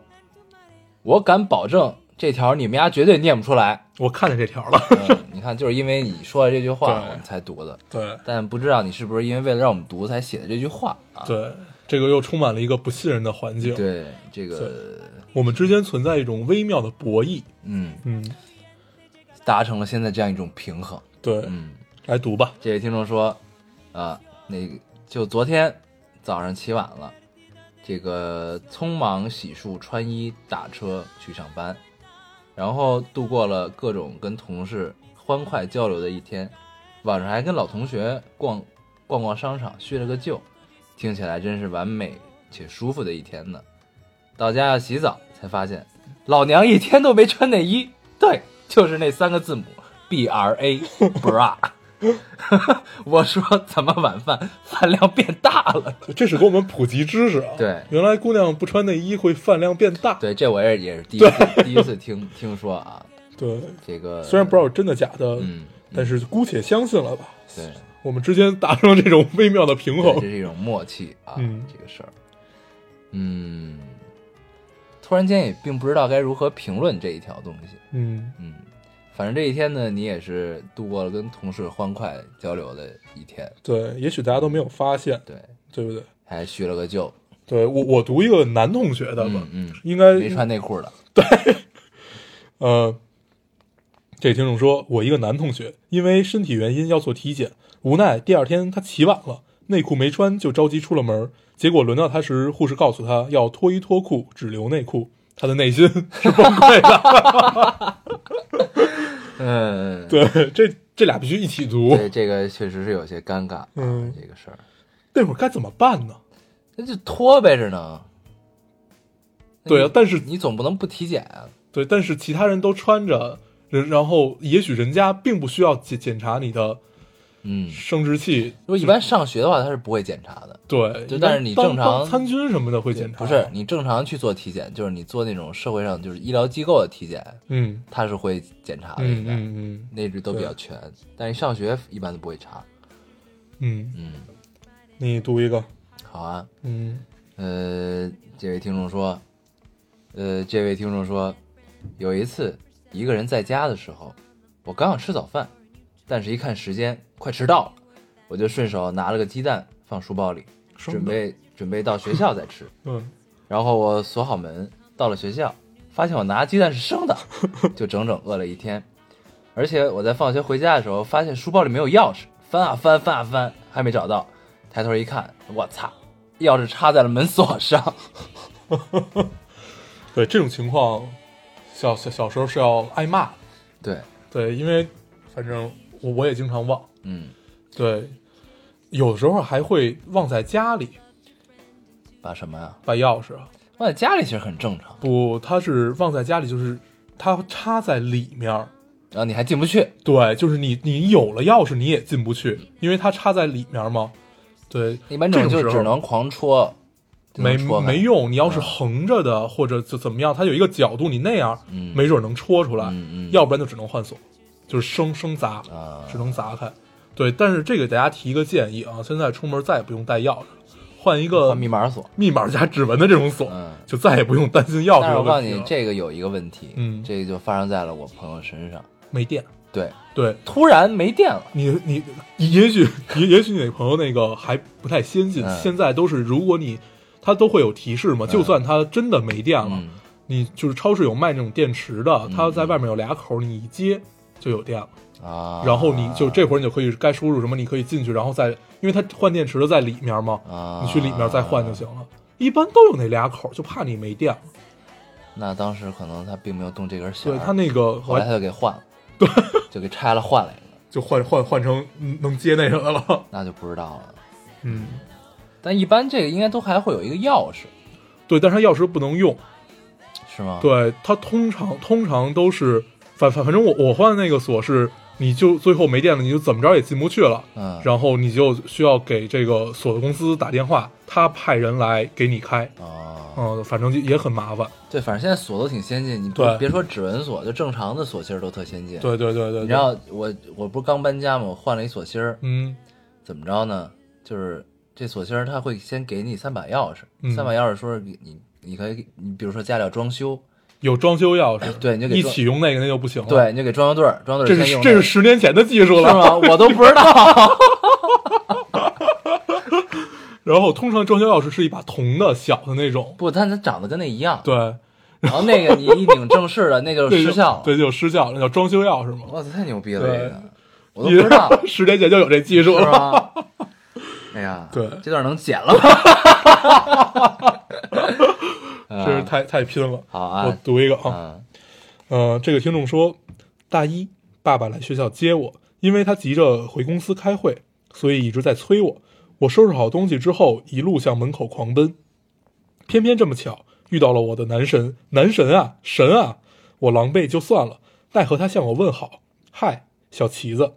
[SPEAKER 1] 我敢保证这条你们家绝对念不出 来。
[SPEAKER 2] 我看见这条了，
[SPEAKER 1] 嗯，你看，就是因为你说了这句话，
[SPEAKER 2] 对
[SPEAKER 1] 我们才读的。
[SPEAKER 2] 对
[SPEAKER 1] 但不知道你是不是因为为了让我们读才写的这句话啊？
[SPEAKER 2] 对，这个又充满了一个不信任的环境，
[SPEAKER 1] 对，这个
[SPEAKER 2] 我们之间存在一种微妙的博弈，
[SPEAKER 1] 嗯，
[SPEAKER 2] 嗯，
[SPEAKER 1] 达成了现在这样一种平衡。
[SPEAKER 2] 对，
[SPEAKER 1] 嗯，
[SPEAKER 2] 来读吧，
[SPEAKER 1] 这位听众说，啊，那个就昨天早上起晚了，这个匆忙洗漱、穿衣、打车去上班，然后度过了各种跟同事欢快交流的一天，晚上还跟老同学逛逛逛商场，叙了个旧，听起来真是完美且舒服的一天呢。到家要洗澡，才发现老娘一天都没穿内衣，对，就是那三个字母 B R A bra。我说怎么晚饭饭量变大了？
[SPEAKER 2] 这是给我们普及知识啊，
[SPEAKER 1] 对
[SPEAKER 2] 原来姑娘不穿内衣会饭量变大，
[SPEAKER 1] 对，这我也也是第一次第一次听听说啊，
[SPEAKER 2] 对，
[SPEAKER 1] 这个
[SPEAKER 2] 虽然不知道真的假的，
[SPEAKER 1] 嗯，
[SPEAKER 2] 但是姑且相信了吧，
[SPEAKER 1] 对，
[SPEAKER 2] 我们之间达成了这种微妙的平
[SPEAKER 1] 对这
[SPEAKER 2] 衡，
[SPEAKER 1] 是一种默契啊，
[SPEAKER 2] 嗯
[SPEAKER 1] 这个事儿，嗯，突然间也并不知道该如何评论这一条东西，
[SPEAKER 2] 嗯，
[SPEAKER 1] 嗯，反正这一天呢，你也是度过了跟同事欢快交流的一天，
[SPEAKER 2] 对，也许大家都没有发现，
[SPEAKER 1] 对，
[SPEAKER 2] 对不对？
[SPEAKER 1] 还叙了个旧，
[SPEAKER 2] 对我，我读一个男同学的吧
[SPEAKER 1] 嗯，嗯，
[SPEAKER 2] 应该
[SPEAKER 1] 没穿内裤的，
[SPEAKER 2] 呃，这位听众说，我一个男同学因为身体原因要做体检，无奈第二天他起晚了，内裤没穿，就着急出了门儿。结果轮到他时，护士告诉他要脱衣脱裤，只留内裤。他的内心是崩溃 的。
[SPEAKER 1] 嗯，
[SPEAKER 2] 对，这这俩必须一起读。
[SPEAKER 1] 这这个确实是有些尴尬，
[SPEAKER 2] 嗯
[SPEAKER 1] 这个事儿。
[SPEAKER 2] 那会儿该怎么办呢？
[SPEAKER 1] 那就拖呗，着呢。
[SPEAKER 2] 对啊
[SPEAKER 1] 那你
[SPEAKER 2] 但是
[SPEAKER 1] 你总不能不体检啊。
[SPEAKER 2] 对，但是其他人都穿着，人然后也许人家并不需要检检查你的
[SPEAKER 1] 嗯，
[SPEAKER 2] 生殖器。
[SPEAKER 1] 如果一般上学的话，他是不会检查的。
[SPEAKER 2] 对，
[SPEAKER 1] 就但是你
[SPEAKER 2] 当
[SPEAKER 1] 正常
[SPEAKER 2] 当参军什么的会检查，
[SPEAKER 1] 不是，你正常去做体检，就是你做那种社会上就是医疗机构的体检，
[SPEAKER 2] 嗯
[SPEAKER 1] 他是会检查的，
[SPEAKER 2] 嗯
[SPEAKER 1] 应该
[SPEAKER 2] 嗯嗯
[SPEAKER 1] 那是都比较全。但是上学一般都不会查。
[SPEAKER 2] 嗯，
[SPEAKER 1] 嗯，
[SPEAKER 2] 你读一个，
[SPEAKER 1] 好啊。
[SPEAKER 2] 嗯。
[SPEAKER 1] 呃，这位听众说，呃，这位听众说，有一次一个人在家的时候，我刚想吃早饭，但是一看时间快迟到了，我就顺手拿了个鸡蛋放书包里，
[SPEAKER 2] 生的
[SPEAKER 1] 准备准备到学校再吃。
[SPEAKER 2] 嗯，
[SPEAKER 1] 然后我锁好门，到了学校，发现我拿鸡蛋是生的， 就整整饿了一天。而且我在放学回家的时候，发现书包里没有钥匙，翻啊翻，翻啊翻，还没找到。抬头一看，我擦，钥匙插在了门锁上。
[SPEAKER 2] 对这种情况，小小小时候是要挨骂的，
[SPEAKER 1] 对，
[SPEAKER 2] 对，因为反正我我也经常忘，
[SPEAKER 1] 嗯，
[SPEAKER 2] 对，有时候还会忘在家里
[SPEAKER 1] 把什么呀？
[SPEAKER 2] 把钥匙，
[SPEAKER 1] 放在家里其实很正常，
[SPEAKER 2] 不，他是忘在家里，就是它插在里面儿，
[SPEAKER 1] 然后你还进不去。
[SPEAKER 2] 对，就是你你有了钥匙你也进不去，因为它插在里面嘛，对，
[SPEAKER 1] 一般
[SPEAKER 2] 这
[SPEAKER 1] 种
[SPEAKER 2] 种
[SPEAKER 1] 就
[SPEAKER 2] 时候
[SPEAKER 1] 只能狂戳，只能
[SPEAKER 2] 没
[SPEAKER 1] 戳开
[SPEAKER 2] 没，用，你要是横着的或者怎怎么样，它有一个角度，你那样、
[SPEAKER 1] 嗯
[SPEAKER 2] 没准能戳出来，
[SPEAKER 1] 嗯嗯
[SPEAKER 2] 要不然就只能换锁，就是生生砸，
[SPEAKER 1] 啊
[SPEAKER 2] 只能砸开。对，但是这个给大家提一个建议啊，现在出门再也不用带钥匙了，换一个
[SPEAKER 1] 换密码锁。
[SPEAKER 2] 密码加指纹的这种锁，
[SPEAKER 1] 嗯
[SPEAKER 2] 就再也不用担心钥匙
[SPEAKER 1] 但是
[SPEAKER 2] 的
[SPEAKER 1] 我告诉
[SPEAKER 2] 问题
[SPEAKER 1] 你，
[SPEAKER 2] 了。
[SPEAKER 1] 这个有一个问题，
[SPEAKER 2] 嗯
[SPEAKER 1] 这个就发生在了我朋友身上。
[SPEAKER 2] 没电，
[SPEAKER 1] 对，
[SPEAKER 2] 对
[SPEAKER 1] 突然没电了。
[SPEAKER 2] 你你你也许也也许你那朋友那个还不太先进，
[SPEAKER 1] 嗯
[SPEAKER 2] 现在都是如果你它都会有提示嘛，就算它真的没电了。
[SPEAKER 1] 嗯，
[SPEAKER 2] 你就是超市有卖那种电池的，它在外面有俩口，你一接就有电了。
[SPEAKER 1] 啊，
[SPEAKER 2] 然后你就这会儿你就可以该输入什么，你可以进去，然后再因为它换电池的在里面嘛，
[SPEAKER 1] 啊，
[SPEAKER 2] 你去里面再换就。行了。一般都有那俩口，就怕你没电了。
[SPEAKER 1] 那当时可能他并没有动这根弦
[SPEAKER 2] 对
[SPEAKER 1] 儿，
[SPEAKER 2] 它那个
[SPEAKER 1] 后
[SPEAKER 2] 后
[SPEAKER 1] 来
[SPEAKER 2] 来
[SPEAKER 1] 他就给换了，对，就给拆了换了一个，
[SPEAKER 2] 就换换换成能接那个的 了。
[SPEAKER 1] 那就不知道了。
[SPEAKER 2] 嗯，
[SPEAKER 1] 但一般这个应该都还会有一个钥匙，
[SPEAKER 2] 对，但是它钥匙不能用。
[SPEAKER 1] 是吗？，
[SPEAKER 2] 对，它通常通常都是反反反正我我换的那个锁是你就最后没电了，你就怎么着也进不去了。
[SPEAKER 1] 嗯，
[SPEAKER 2] 然后你就需要给这个锁的公司打电话，他派人来给你开。
[SPEAKER 1] 哦，
[SPEAKER 2] 嗯、反正就也很麻烦。
[SPEAKER 1] 对，反正现在锁都挺先进，你不
[SPEAKER 2] 对
[SPEAKER 1] 别说指纹锁，就正常的锁芯儿都特先进。，
[SPEAKER 2] 对对对对对。
[SPEAKER 1] 你知道我我不是刚搬家吗？我换了一锁芯儿，
[SPEAKER 2] 嗯
[SPEAKER 1] 怎么着呢？就是这锁芯儿它会先给你三把钥匙，
[SPEAKER 2] 嗯
[SPEAKER 1] 三把钥匙说是你你你可以，你比如说家里要装修，
[SPEAKER 2] 有装修钥匙，
[SPEAKER 1] 哎对你就给
[SPEAKER 2] 一
[SPEAKER 1] 装
[SPEAKER 2] 起用那个那就不行了。，
[SPEAKER 1] 对，你就给装修队儿，装修队
[SPEAKER 2] 这
[SPEAKER 1] 儿先
[SPEAKER 2] 是
[SPEAKER 1] 用
[SPEAKER 2] 这
[SPEAKER 1] 那
[SPEAKER 2] 是
[SPEAKER 1] 个
[SPEAKER 2] 十年前的技术
[SPEAKER 1] 是
[SPEAKER 2] 了。
[SPEAKER 1] 吗？ 我都不知道。
[SPEAKER 2] 然后通常装修钥匙是一把铜的小的那种，
[SPEAKER 1] 不，但它长得跟那一样。
[SPEAKER 2] 对，
[SPEAKER 1] 然后那个你一拧正式的，那就
[SPEAKER 2] 对
[SPEAKER 1] 失效了。
[SPEAKER 2] 对，就失效了，那叫装修钥匙嘛。
[SPEAKER 1] 哇塞，太牛逼了！
[SPEAKER 2] 对
[SPEAKER 1] 这个我都不知道，
[SPEAKER 2] 你 十年前就有这技术
[SPEAKER 1] 是
[SPEAKER 2] 了。
[SPEAKER 1] 吗？哎呀，
[SPEAKER 2] 对
[SPEAKER 1] 这段能剪 了吗？
[SPEAKER 2] 真是太太拼了。
[SPEAKER 1] 啊好
[SPEAKER 2] 我
[SPEAKER 1] 啊，
[SPEAKER 2] 读一个啊，
[SPEAKER 1] 啊，
[SPEAKER 2] 呃，这个听众说，大一爸爸来学校接我，因为他急着回公司开会，所以一直在催我。我收拾好东西之后，一路向门口狂奔，偏偏这么巧遇到了我的男神，男神啊，神啊！我狼狈就算了，奈何他向我问好，嗨，小旗子，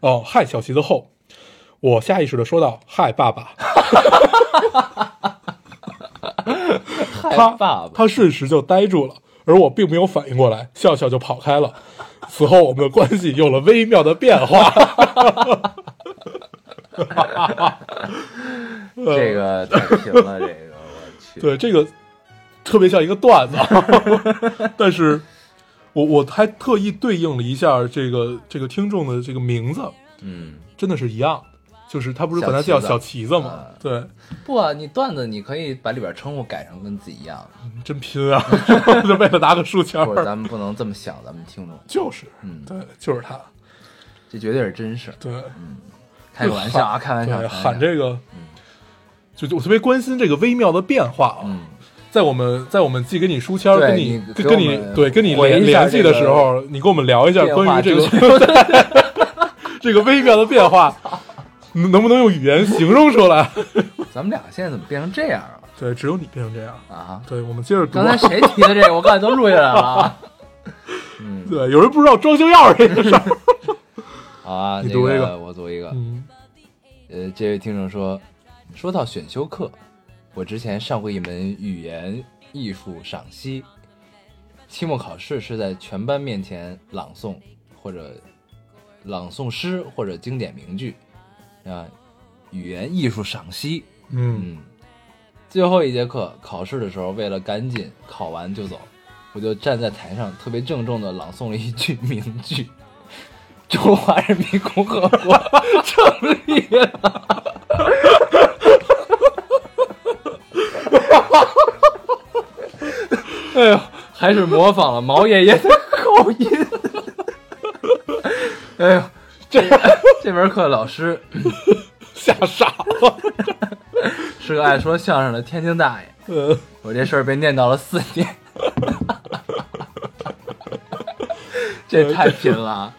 [SPEAKER 2] 哦，嗨，小旗子后，我下意识的说道，嗨，爸爸。
[SPEAKER 1] 嗨
[SPEAKER 2] 他
[SPEAKER 1] 爸爸，
[SPEAKER 2] 他瞬时就呆住了，而我并没有反应过来，笑笑就跑开了。此后，我们的关系有了微妙的变化。
[SPEAKER 1] 这个太平了，这个我去，
[SPEAKER 2] 对这个特别像一个段 子，但是我我还特意对应了一下这个这个听众的这个名字，
[SPEAKER 1] 嗯，
[SPEAKER 2] 真的是一样的，就是他不是本来叫小
[SPEAKER 1] 小
[SPEAKER 2] 旗子吗？对，
[SPEAKER 1] 不啊，你段子你可以把里边称呼改成跟自己一样的，
[SPEAKER 2] 真拼啊， 就为了拿个书签
[SPEAKER 1] 或者
[SPEAKER 2] 儿，
[SPEAKER 1] 咱们不能这么想，咱们听众，
[SPEAKER 2] 就是，
[SPEAKER 1] 嗯，
[SPEAKER 2] 对，就是他，
[SPEAKER 1] 这绝对是真事儿，
[SPEAKER 2] 对。
[SPEAKER 1] 开个玩 笑啊，
[SPEAKER 2] 喊
[SPEAKER 1] 开玩笑，
[SPEAKER 2] 对，
[SPEAKER 1] 开玩
[SPEAKER 2] 喊
[SPEAKER 1] 笑，
[SPEAKER 2] 这个，就就我特别关心这个微妙的变化啊。
[SPEAKER 1] 嗯，
[SPEAKER 2] 在我们在我们寄给你书签儿，
[SPEAKER 1] 对
[SPEAKER 2] 跟
[SPEAKER 1] 你
[SPEAKER 2] 跟
[SPEAKER 1] 给
[SPEAKER 2] 跟
[SPEAKER 1] 我
[SPEAKER 2] 你
[SPEAKER 1] 们
[SPEAKER 2] 对跟你
[SPEAKER 1] 回
[SPEAKER 2] 联
[SPEAKER 1] 一下
[SPEAKER 2] 联系
[SPEAKER 1] 这
[SPEAKER 2] 的
[SPEAKER 1] 个
[SPEAKER 2] 时候，你给我们聊一下
[SPEAKER 1] 变
[SPEAKER 2] 关于
[SPEAKER 1] 化
[SPEAKER 2] 这
[SPEAKER 1] 正
[SPEAKER 2] 个 这个微妙的变化，能能不能用语言形容出 来？
[SPEAKER 1] 咱们俩现在怎么变成这样了
[SPEAKER 2] 对，只有你变成这样。
[SPEAKER 1] 啊？
[SPEAKER 2] 对，我们接着读
[SPEAKER 1] 刚
[SPEAKER 2] 啊。
[SPEAKER 1] 才谁提的这个？我刚才都录下来了啊。嗯，
[SPEAKER 2] 对，有人不知道装修钥匙这个事儿。
[SPEAKER 1] 好啊，
[SPEAKER 2] 你
[SPEAKER 1] 这
[SPEAKER 2] 读一个
[SPEAKER 1] 个，我读一个。
[SPEAKER 2] 嗯
[SPEAKER 1] 呃，这位听众说，说到选修课，我之前上过一门语言艺术赏析，期末考试是在全班面前朗诵或者朗诵诗或者经典名句啊，语言艺术赏析，
[SPEAKER 2] 嗯，
[SPEAKER 1] 嗯，最后一节课考试的时候，为了赶紧考完就走，我就站在台上特别郑重的朗诵了一句名句：“中华人民共和国成立了。”哎呦，还是模仿了毛爷爷的口音。哎呦，这这门课老师
[SPEAKER 2] 吓傻了。
[SPEAKER 1] 是个爱说相声的天津大爷。
[SPEAKER 2] 呃，
[SPEAKER 1] 我这事儿被念叨了四年， 这太拼了啊。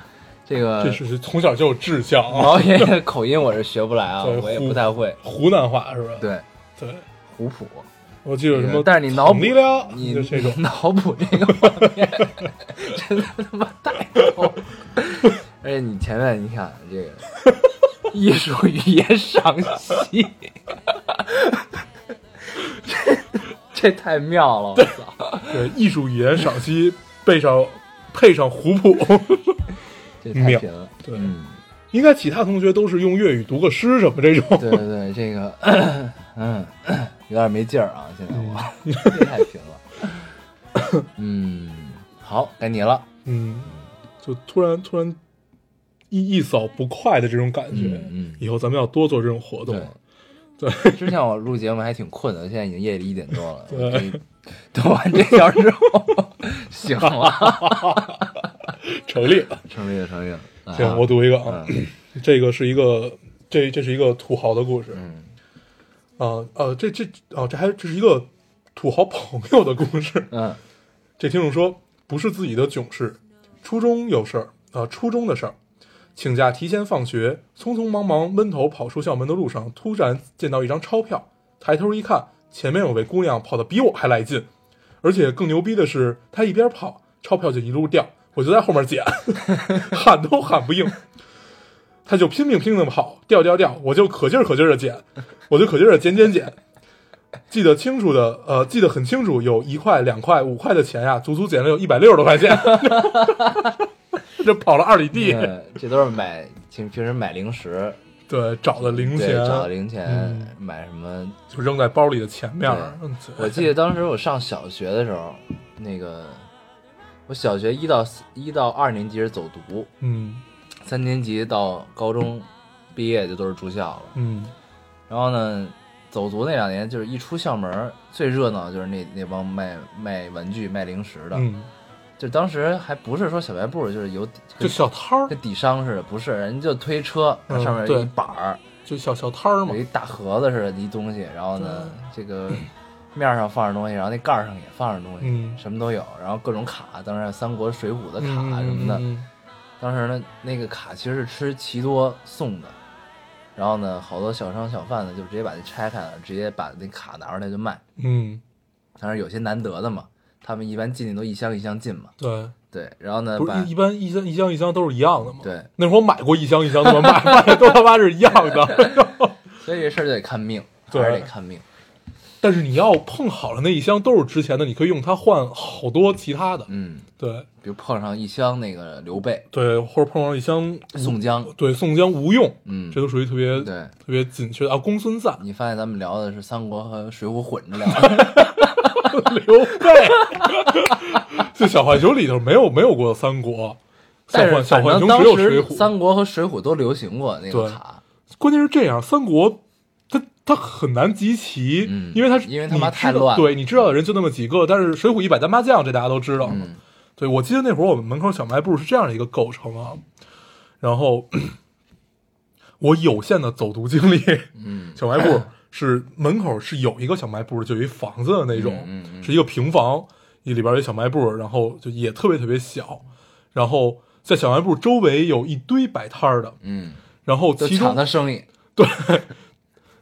[SPEAKER 1] 这
[SPEAKER 2] 这
[SPEAKER 1] 个
[SPEAKER 2] 是从小就有志向啊。
[SPEAKER 1] 毛爷爷的口音我是学不来啊，
[SPEAKER 2] 对
[SPEAKER 1] 我也
[SPEAKER 2] 胡
[SPEAKER 1] 不太会。
[SPEAKER 2] 湖南话是吧？
[SPEAKER 1] 对，
[SPEAKER 2] 对，
[SPEAKER 1] 虎谱。
[SPEAKER 2] 我记得有什么，
[SPEAKER 1] 但是你脑补
[SPEAKER 2] 力量，
[SPEAKER 1] 你
[SPEAKER 2] 就这种
[SPEAKER 1] 你。脑补这个画面，真的他妈太逗 了。而且你前面你看这个艺术语言赏 析，这这太妙了！我操。
[SPEAKER 2] 对，艺术语言赏析背上配上胡 谱，
[SPEAKER 1] 这太贫了。
[SPEAKER 2] 对
[SPEAKER 1] 嗯，
[SPEAKER 2] 应该其他同学都是用粤语读个诗什么这种。
[SPEAKER 1] 对对对，这个，嗯，有点没劲儿啊，现在
[SPEAKER 2] 哎
[SPEAKER 1] 我 这太贫了。嗯，好，该你了。
[SPEAKER 2] 嗯，就突然突然一一扫不快的这种感觉。
[SPEAKER 1] 嗯嗯
[SPEAKER 2] 以后咱们要多做这种活动
[SPEAKER 1] 对。之前我录节目还挺困的，现在已经夜里一点多了。
[SPEAKER 2] 对
[SPEAKER 1] 这，等完这小时后，醒了，
[SPEAKER 2] 成立了。
[SPEAKER 1] 成立了，成立了。啊
[SPEAKER 2] 行，我读一个啊， 这个是一个这这是一个土豪的故事。
[SPEAKER 1] 嗯
[SPEAKER 2] 啊呃，这这啊这还这是一个土豪朋友的故事。
[SPEAKER 1] 嗯
[SPEAKER 2] 这听众说不是自己的囧事，初中有事儿啊、呃初中的事儿，请假提前放学，匆匆忙忙闷头跑出校门的路上，突然见到一张钞票，抬头一看，前面有位姑娘跑得比我还来劲，而且更牛逼的是，她一边跑，钞票就一路掉，我就在后面捡，喊都喊不应，他就拼命拼命的跑，掉掉掉，我就可劲儿可劲儿的捡，我就可劲儿的捡捡捡，记得清楚的，呃，记得很清楚，有一块、两块、五块的钱呀，足足捡了有一百六十多块钱，这跑了二里地，
[SPEAKER 1] 嗯这都是买，其实平时买零食，
[SPEAKER 2] 对，找的零
[SPEAKER 1] 对，
[SPEAKER 2] 钱，
[SPEAKER 1] 找的零钱、
[SPEAKER 2] 嗯
[SPEAKER 1] 买什么？
[SPEAKER 2] 就扔在包里的前面儿。嗯
[SPEAKER 1] 我记得当时我上小学的时候，那个我小学一到四一到二年级是走读，
[SPEAKER 2] 嗯
[SPEAKER 1] 三年级到高中毕业就都是住校了。
[SPEAKER 2] 嗯
[SPEAKER 1] 然后呢，走读那两年就是一出校门儿最热闹就是那那帮卖卖玩具、卖零食的，
[SPEAKER 2] 嗯，
[SPEAKER 1] 就当时还不是说小卖部，就是有
[SPEAKER 2] 就小摊儿，
[SPEAKER 1] 跟底商似的，不是，人家就推车，
[SPEAKER 2] 嗯
[SPEAKER 1] 上面有
[SPEAKER 2] 对
[SPEAKER 1] 一板儿，
[SPEAKER 2] 就小小摊儿嘛
[SPEAKER 1] 有，一大盒子似的，一东西，然后呢，这个面儿上放着东西，然后那盖儿上也放着东西，
[SPEAKER 2] 嗯，
[SPEAKER 1] 什么都有，然后各种卡，当然三国、水浒的卡
[SPEAKER 2] 嗯
[SPEAKER 1] 什么的。
[SPEAKER 2] 嗯嗯
[SPEAKER 1] 当时呢，那个卡其实是吃奇多送的，然后呢，好多小商小贩呢就直接把那拆开了，直接把那卡拿出来就卖。
[SPEAKER 2] 嗯，
[SPEAKER 1] 当然有些难得的嘛，他们一般进去都一箱一箱进嘛。
[SPEAKER 2] 对，
[SPEAKER 1] 对，然后呢，
[SPEAKER 2] 不
[SPEAKER 1] 把
[SPEAKER 2] 是一一般一箱一箱一箱都是一样的嘛。，
[SPEAKER 1] 对，
[SPEAKER 2] 那时候我买过一箱一箱的，买卖的都他妈是一样的。
[SPEAKER 1] 所以这事儿就得看命，
[SPEAKER 2] 对
[SPEAKER 1] 还是得看命。
[SPEAKER 2] 但是你要碰好了那一箱都是值钱的，你可以用它换好多其他的。
[SPEAKER 1] 嗯，
[SPEAKER 2] 对
[SPEAKER 1] 比如碰上一箱那个刘备、
[SPEAKER 2] 对，或者碰上一箱
[SPEAKER 1] 宋江，
[SPEAKER 2] 对宋江吴用，
[SPEAKER 1] 嗯，
[SPEAKER 2] 嗯这都属于特别
[SPEAKER 1] 对。
[SPEAKER 2] 特别紧缺的啊。公孙瓒、
[SPEAKER 1] 你发现咱们聊的是三国和水浒混着聊的，
[SPEAKER 2] 刘 备， 就小浣熊里头没有没有过三国， 小
[SPEAKER 1] 但是
[SPEAKER 2] 浣小浣
[SPEAKER 1] 反正
[SPEAKER 2] 熊
[SPEAKER 1] 当
[SPEAKER 2] 只有水
[SPEAKER 1] 时
[SPEAKER 2] 浒。
[SPEAKER 1] 三国和水浒都流行过那个
[SPEAKER 2] 对
[SPEAKER 1] 卡，
[SPEAKER 2] 关键是这样，三国它它很难集齐，
[SPEAKER 1] 嗯
[SPEAKER 2] 因为它是
[SPEAKER 1] 因为他妈
[SPEAKER 2] 你知
[SPEAKER 1] 太
[SPEAKER 2] 道
[SPEAKER 1] 乱了
[SPEAKER 2] 对，你知道的人就那么几个，但是《水浒》一百单八将这大家都知道。
[SPEAKER 1] 嗯
[SPEAKER 2] 对，我记得那会儿我们门口小卖部是这样的一个构成啊，然后我有限的走读经历，
[SPEAKER 1] 嗯，
[SPEAKER 2] 小卖部是门口是有一个小卖部，就有一房子的那种，
[SPEAKER 1] 嗯嗯嗯
[SPEAKER 2] 是一个平房，里边有一小卖部，然后就也特别特别小，然后在小卖部周围有一堆摆摊儿的，
[SPEAKER 1] 嗯，
[SPEAKER 2] 然后
[SPEAKER 1] 就
[SPEAKER 2] 其
[SPEAKER 1] 抢
[SPEAKER 2] 中
[SPEAKER 1] 他生意，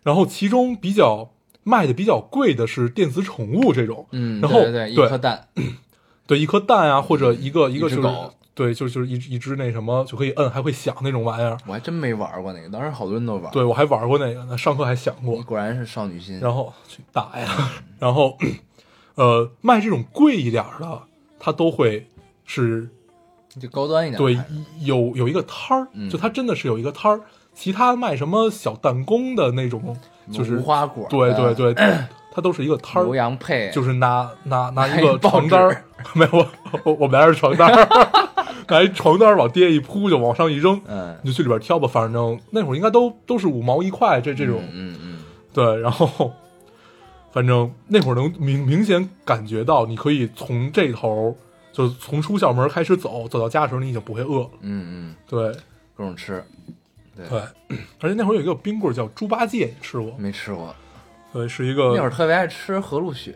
[SPEAKER 2] 然后其中比较卖的比较贵的是电子宠物这种，
[SPEAKER 1] 嗯，
[SPEAKER 2] 然后
[SPEAKER 1] 对对，一颗蛋，
[SPEAKER 2] 对一颗蛋啊，或者一个一个
[SPEAKER 1] 只
[SPEAKER 2] 就是
[SPEAKER 1] 狗
[SPEAKER 2] 对，就就是一一只那什么就可以摁还会响那种玩意儿。
[SPEAKER 1] 我还真没玩过那个，当时好多人都玩。，
[SPEAKER 2] 对我还玩过那个呢，上课还响
[SPEAKER 1] 你
[SPEAKER 2] 过。
[SPEAKER 1] 果然是少女心。
[SPEAKER 2] 然后去打呀， 然后呃卖这种贵一点儿的，它都会是
[SPEAKER 1] 就高端一点，
[SPEAKER 2] 对
[SPEAKER 1] 还是
[SPEAKER 2] 有有一个摊儿，
[SPEAKER 1] 嗯
[SPEAKER 2] 就它真的是有一个摊儿。其他卖什么小弹弓的那种，就是
[SPEAKER 1] 无花果，
[SPEAKER 2] 对对，对， 它都是一个摊儿
[SPEAKER 1] 牛。羊配，
[SPEAKER 2] 就是是拿拿拿
[SPEAKER 1] 拿
[SPEAKER 2] 一
[SPEAKER 1] 一
[SPEAKER 2] 个
[SPEAKER 1] 报
[SPEAKER 2] 床单儿，没有，我我我们拿着床单儿， 拿一床单儿往地下一铺，就往上一扔，
[SPEAKER 1] 嗯
[SPEAKER 2] 你就去里边挑吧。反正那会儿应该都都是五毛一块这这种，
[SPEAKER 1] 嗯嗯
[SPEAKER 2] 对。然后，反正那会儿能明明显感觉到，你可以从这头，就是从出校门开始走，走到家的时候，你已经不会饿了。
[SPEAKER 1] 嗯嗯，
[SPEAKER 2] 对
[SPEAKER 1] 各种吃，对
[SPEAKER 2] 对， 而且那会儿有一个冰棍儿叫猪八戒，你吃过？
[SPEAKER 1] 没吃过。
[SPEAKER 2] 对，是一
[SPEAKER 1] 那会儿
[SPEAKER 2] 个
[SPEAKER 1] 特别爱吃河路雪，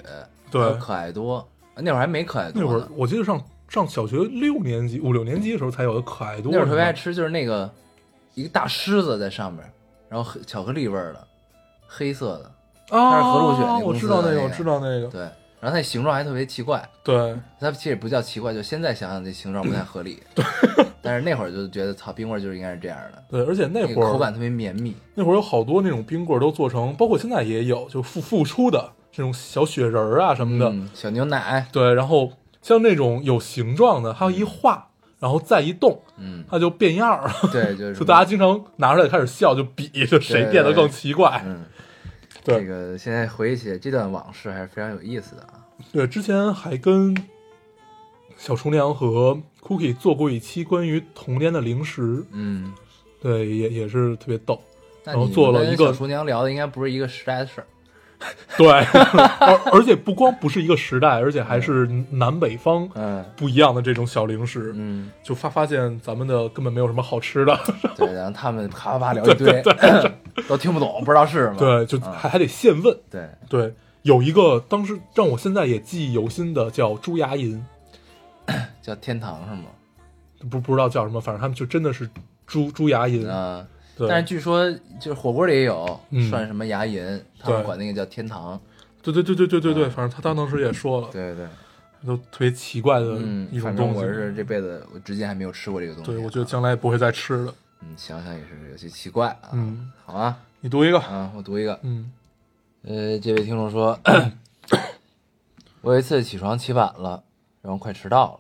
[SPEAKER 2] 对
[SPEAKER 1] 还有可爱多，啊那会儿还没可爱多
[SPEAKER 2] 那
[SPEAKER 1] 呢。
[SPEAKER 2] 会儿我记得上上小学六年级、五六年级的时候才有的可爱多。
[SPEAKER 1] 那会儿特别爱
[SPEAKER 2] 吃。
[SPEAKER 1] 吃，就是那个一个大狮子在上面，然后黑巧克力味儿的，黑色的，它
[SPEAKER 2] 啊，
[SPEAKER 1] 是和路雪那
[SPEAKER 2] 我
[SPEAKER 1] 公
[SPEAKER 2] 知
[SPEAKER 1] 司
[SPEAKER 2] 道
[SPEAKER 1] 的
[SPEAKER 2] 那个，
[SPEAKER 1] 那
[SPEAKER 2] 我
[SPEAKER 1] 个
[SPEAKER 2] 知道那个，
[SPEAKER 1] 对。然后它的形状还特别奇怪，
[SPEAKER 2] 对
[SPEAKER 1] 它其实也不叫奇怪，就现在想想这形状不太合理。 但是那会儿就觉得，操，冰棍儿就是应该是这样的，
[SPEAKER 2] 对，而且那
[SPEAKER 1] 那
[SPEAKER 2] 会
[SPEAKER 1] 个
[SPEAKER 2] 儿
[SPEAKER 1] 口感特别绵密。
[SPEAKER 2] 那会儿有好多那种冰棍儿都做成，包括现在也有，就复复出的这种小雪人儿啊什么的，
[SPEAKER 1] 嗯，小牛奶，
[SPEAKER 2] 对，然后像那种有形状的，它一画，然后再一动，
[SPEAKER 1] 嗯，
[SPEAKER 2] 它就变样儿了。
[SPEAKER 1] 对，就是
[SPEAKER 2] 就大家经常拿出来开始笑，就比就谁
[SPEAKER 1] 对
[SPEAKER 2] 变得
[SPEAKER 1] 对
[SPEAKER 2] 更奇怪。
[SPEAKER 1] 嗯，
[SPEAKER 2] 对
[SPEAKER 1] 这个现在回忆起这段往事还是非常有意思的啊。
[SPEAKER 2] 对，呃之前还跟小厨娘和 Cookie 做过一期关于童年的零食，
[SPEAKER 1] 嗯，
[SPEAKER 2] 对，也也是特别逗。
[SPEAKER 1] 那
[SPEAKER 2] 然后
[SPEAKER 1] 你
[SPEAKER 2] 做了
[SPEAKER 1] 跟
[SPEAKER 2] 一个
[SPEAKER 1] 小厨娘聊的应该不是一个时代 的事儿。
[SPEAKER 2] 对， 而而且不光不是一个时代，而且还是南北方
[SPEAKER 1] 嗯
[SPEAKER 2] 不一样的这种小零食，
[SPEAKER 1] 嗯，
[SPEAKER 2] 就发发现咱们的根本没有什么好吃的，
[SPEAKER 1] 对，然后他们咔啪啪聊一堆，都听不懂，不知道是什么。
[SPEAKER 2] 对，就
[SPEAKER 1] 啊
[SPEAKER 2] 还还得现问。
[SPEAKER 1] 对，
[SPEAKER 2] 对，有一个当时让我现在也记忆犹新的叫猪牙银，
[SPEAKER 1] 叫天堂是吗？
[SPEAKER 2] 不不知道叫什么，反正他们就真的是猪猪牙银。
[SPEAKER 1] 嗯，
[SPEAKER 2] 对，
[SPEAKER 1] 但是据说就是火锅里也有
[SPEAKER 2] 嗯
[SPEAKER 1] 涮什么牙龈，他们
[SPEAKER 2] 对
[SPEAKER 1] 管那个叫天堂。
[SPEAKER 2] 对对对对对对对，反正他他当时也说了，
[SPEAKER 1] 对对，
[SPEAKER 2] 都特别奇怪的
[SPEAKER 1] 嗯
[SPEAKER 2] 一，种
[SPEAKER 1] 反正
[SPEAKER 2] 东西。
[SPEAKER 1] 我是这辈子我至今还没有吃过这个东西。啊
[SPEAKER 2] 对，我觉得啊将来也不会再吃了。
[SPEAKER 1] 嗯，想想也是有些奇怪啊。
[SPEAKER 2] 嗯，
[SPEAKER 1] 好啊，
[SPEAKER 2] 你读一个，
[SPEAKER 1] 啊，我读一个。
[SPEAKER 2] 嗯
[SPEAKER 1] 呃，这位听众说，我有一次起床起晚了，然后快迟到了，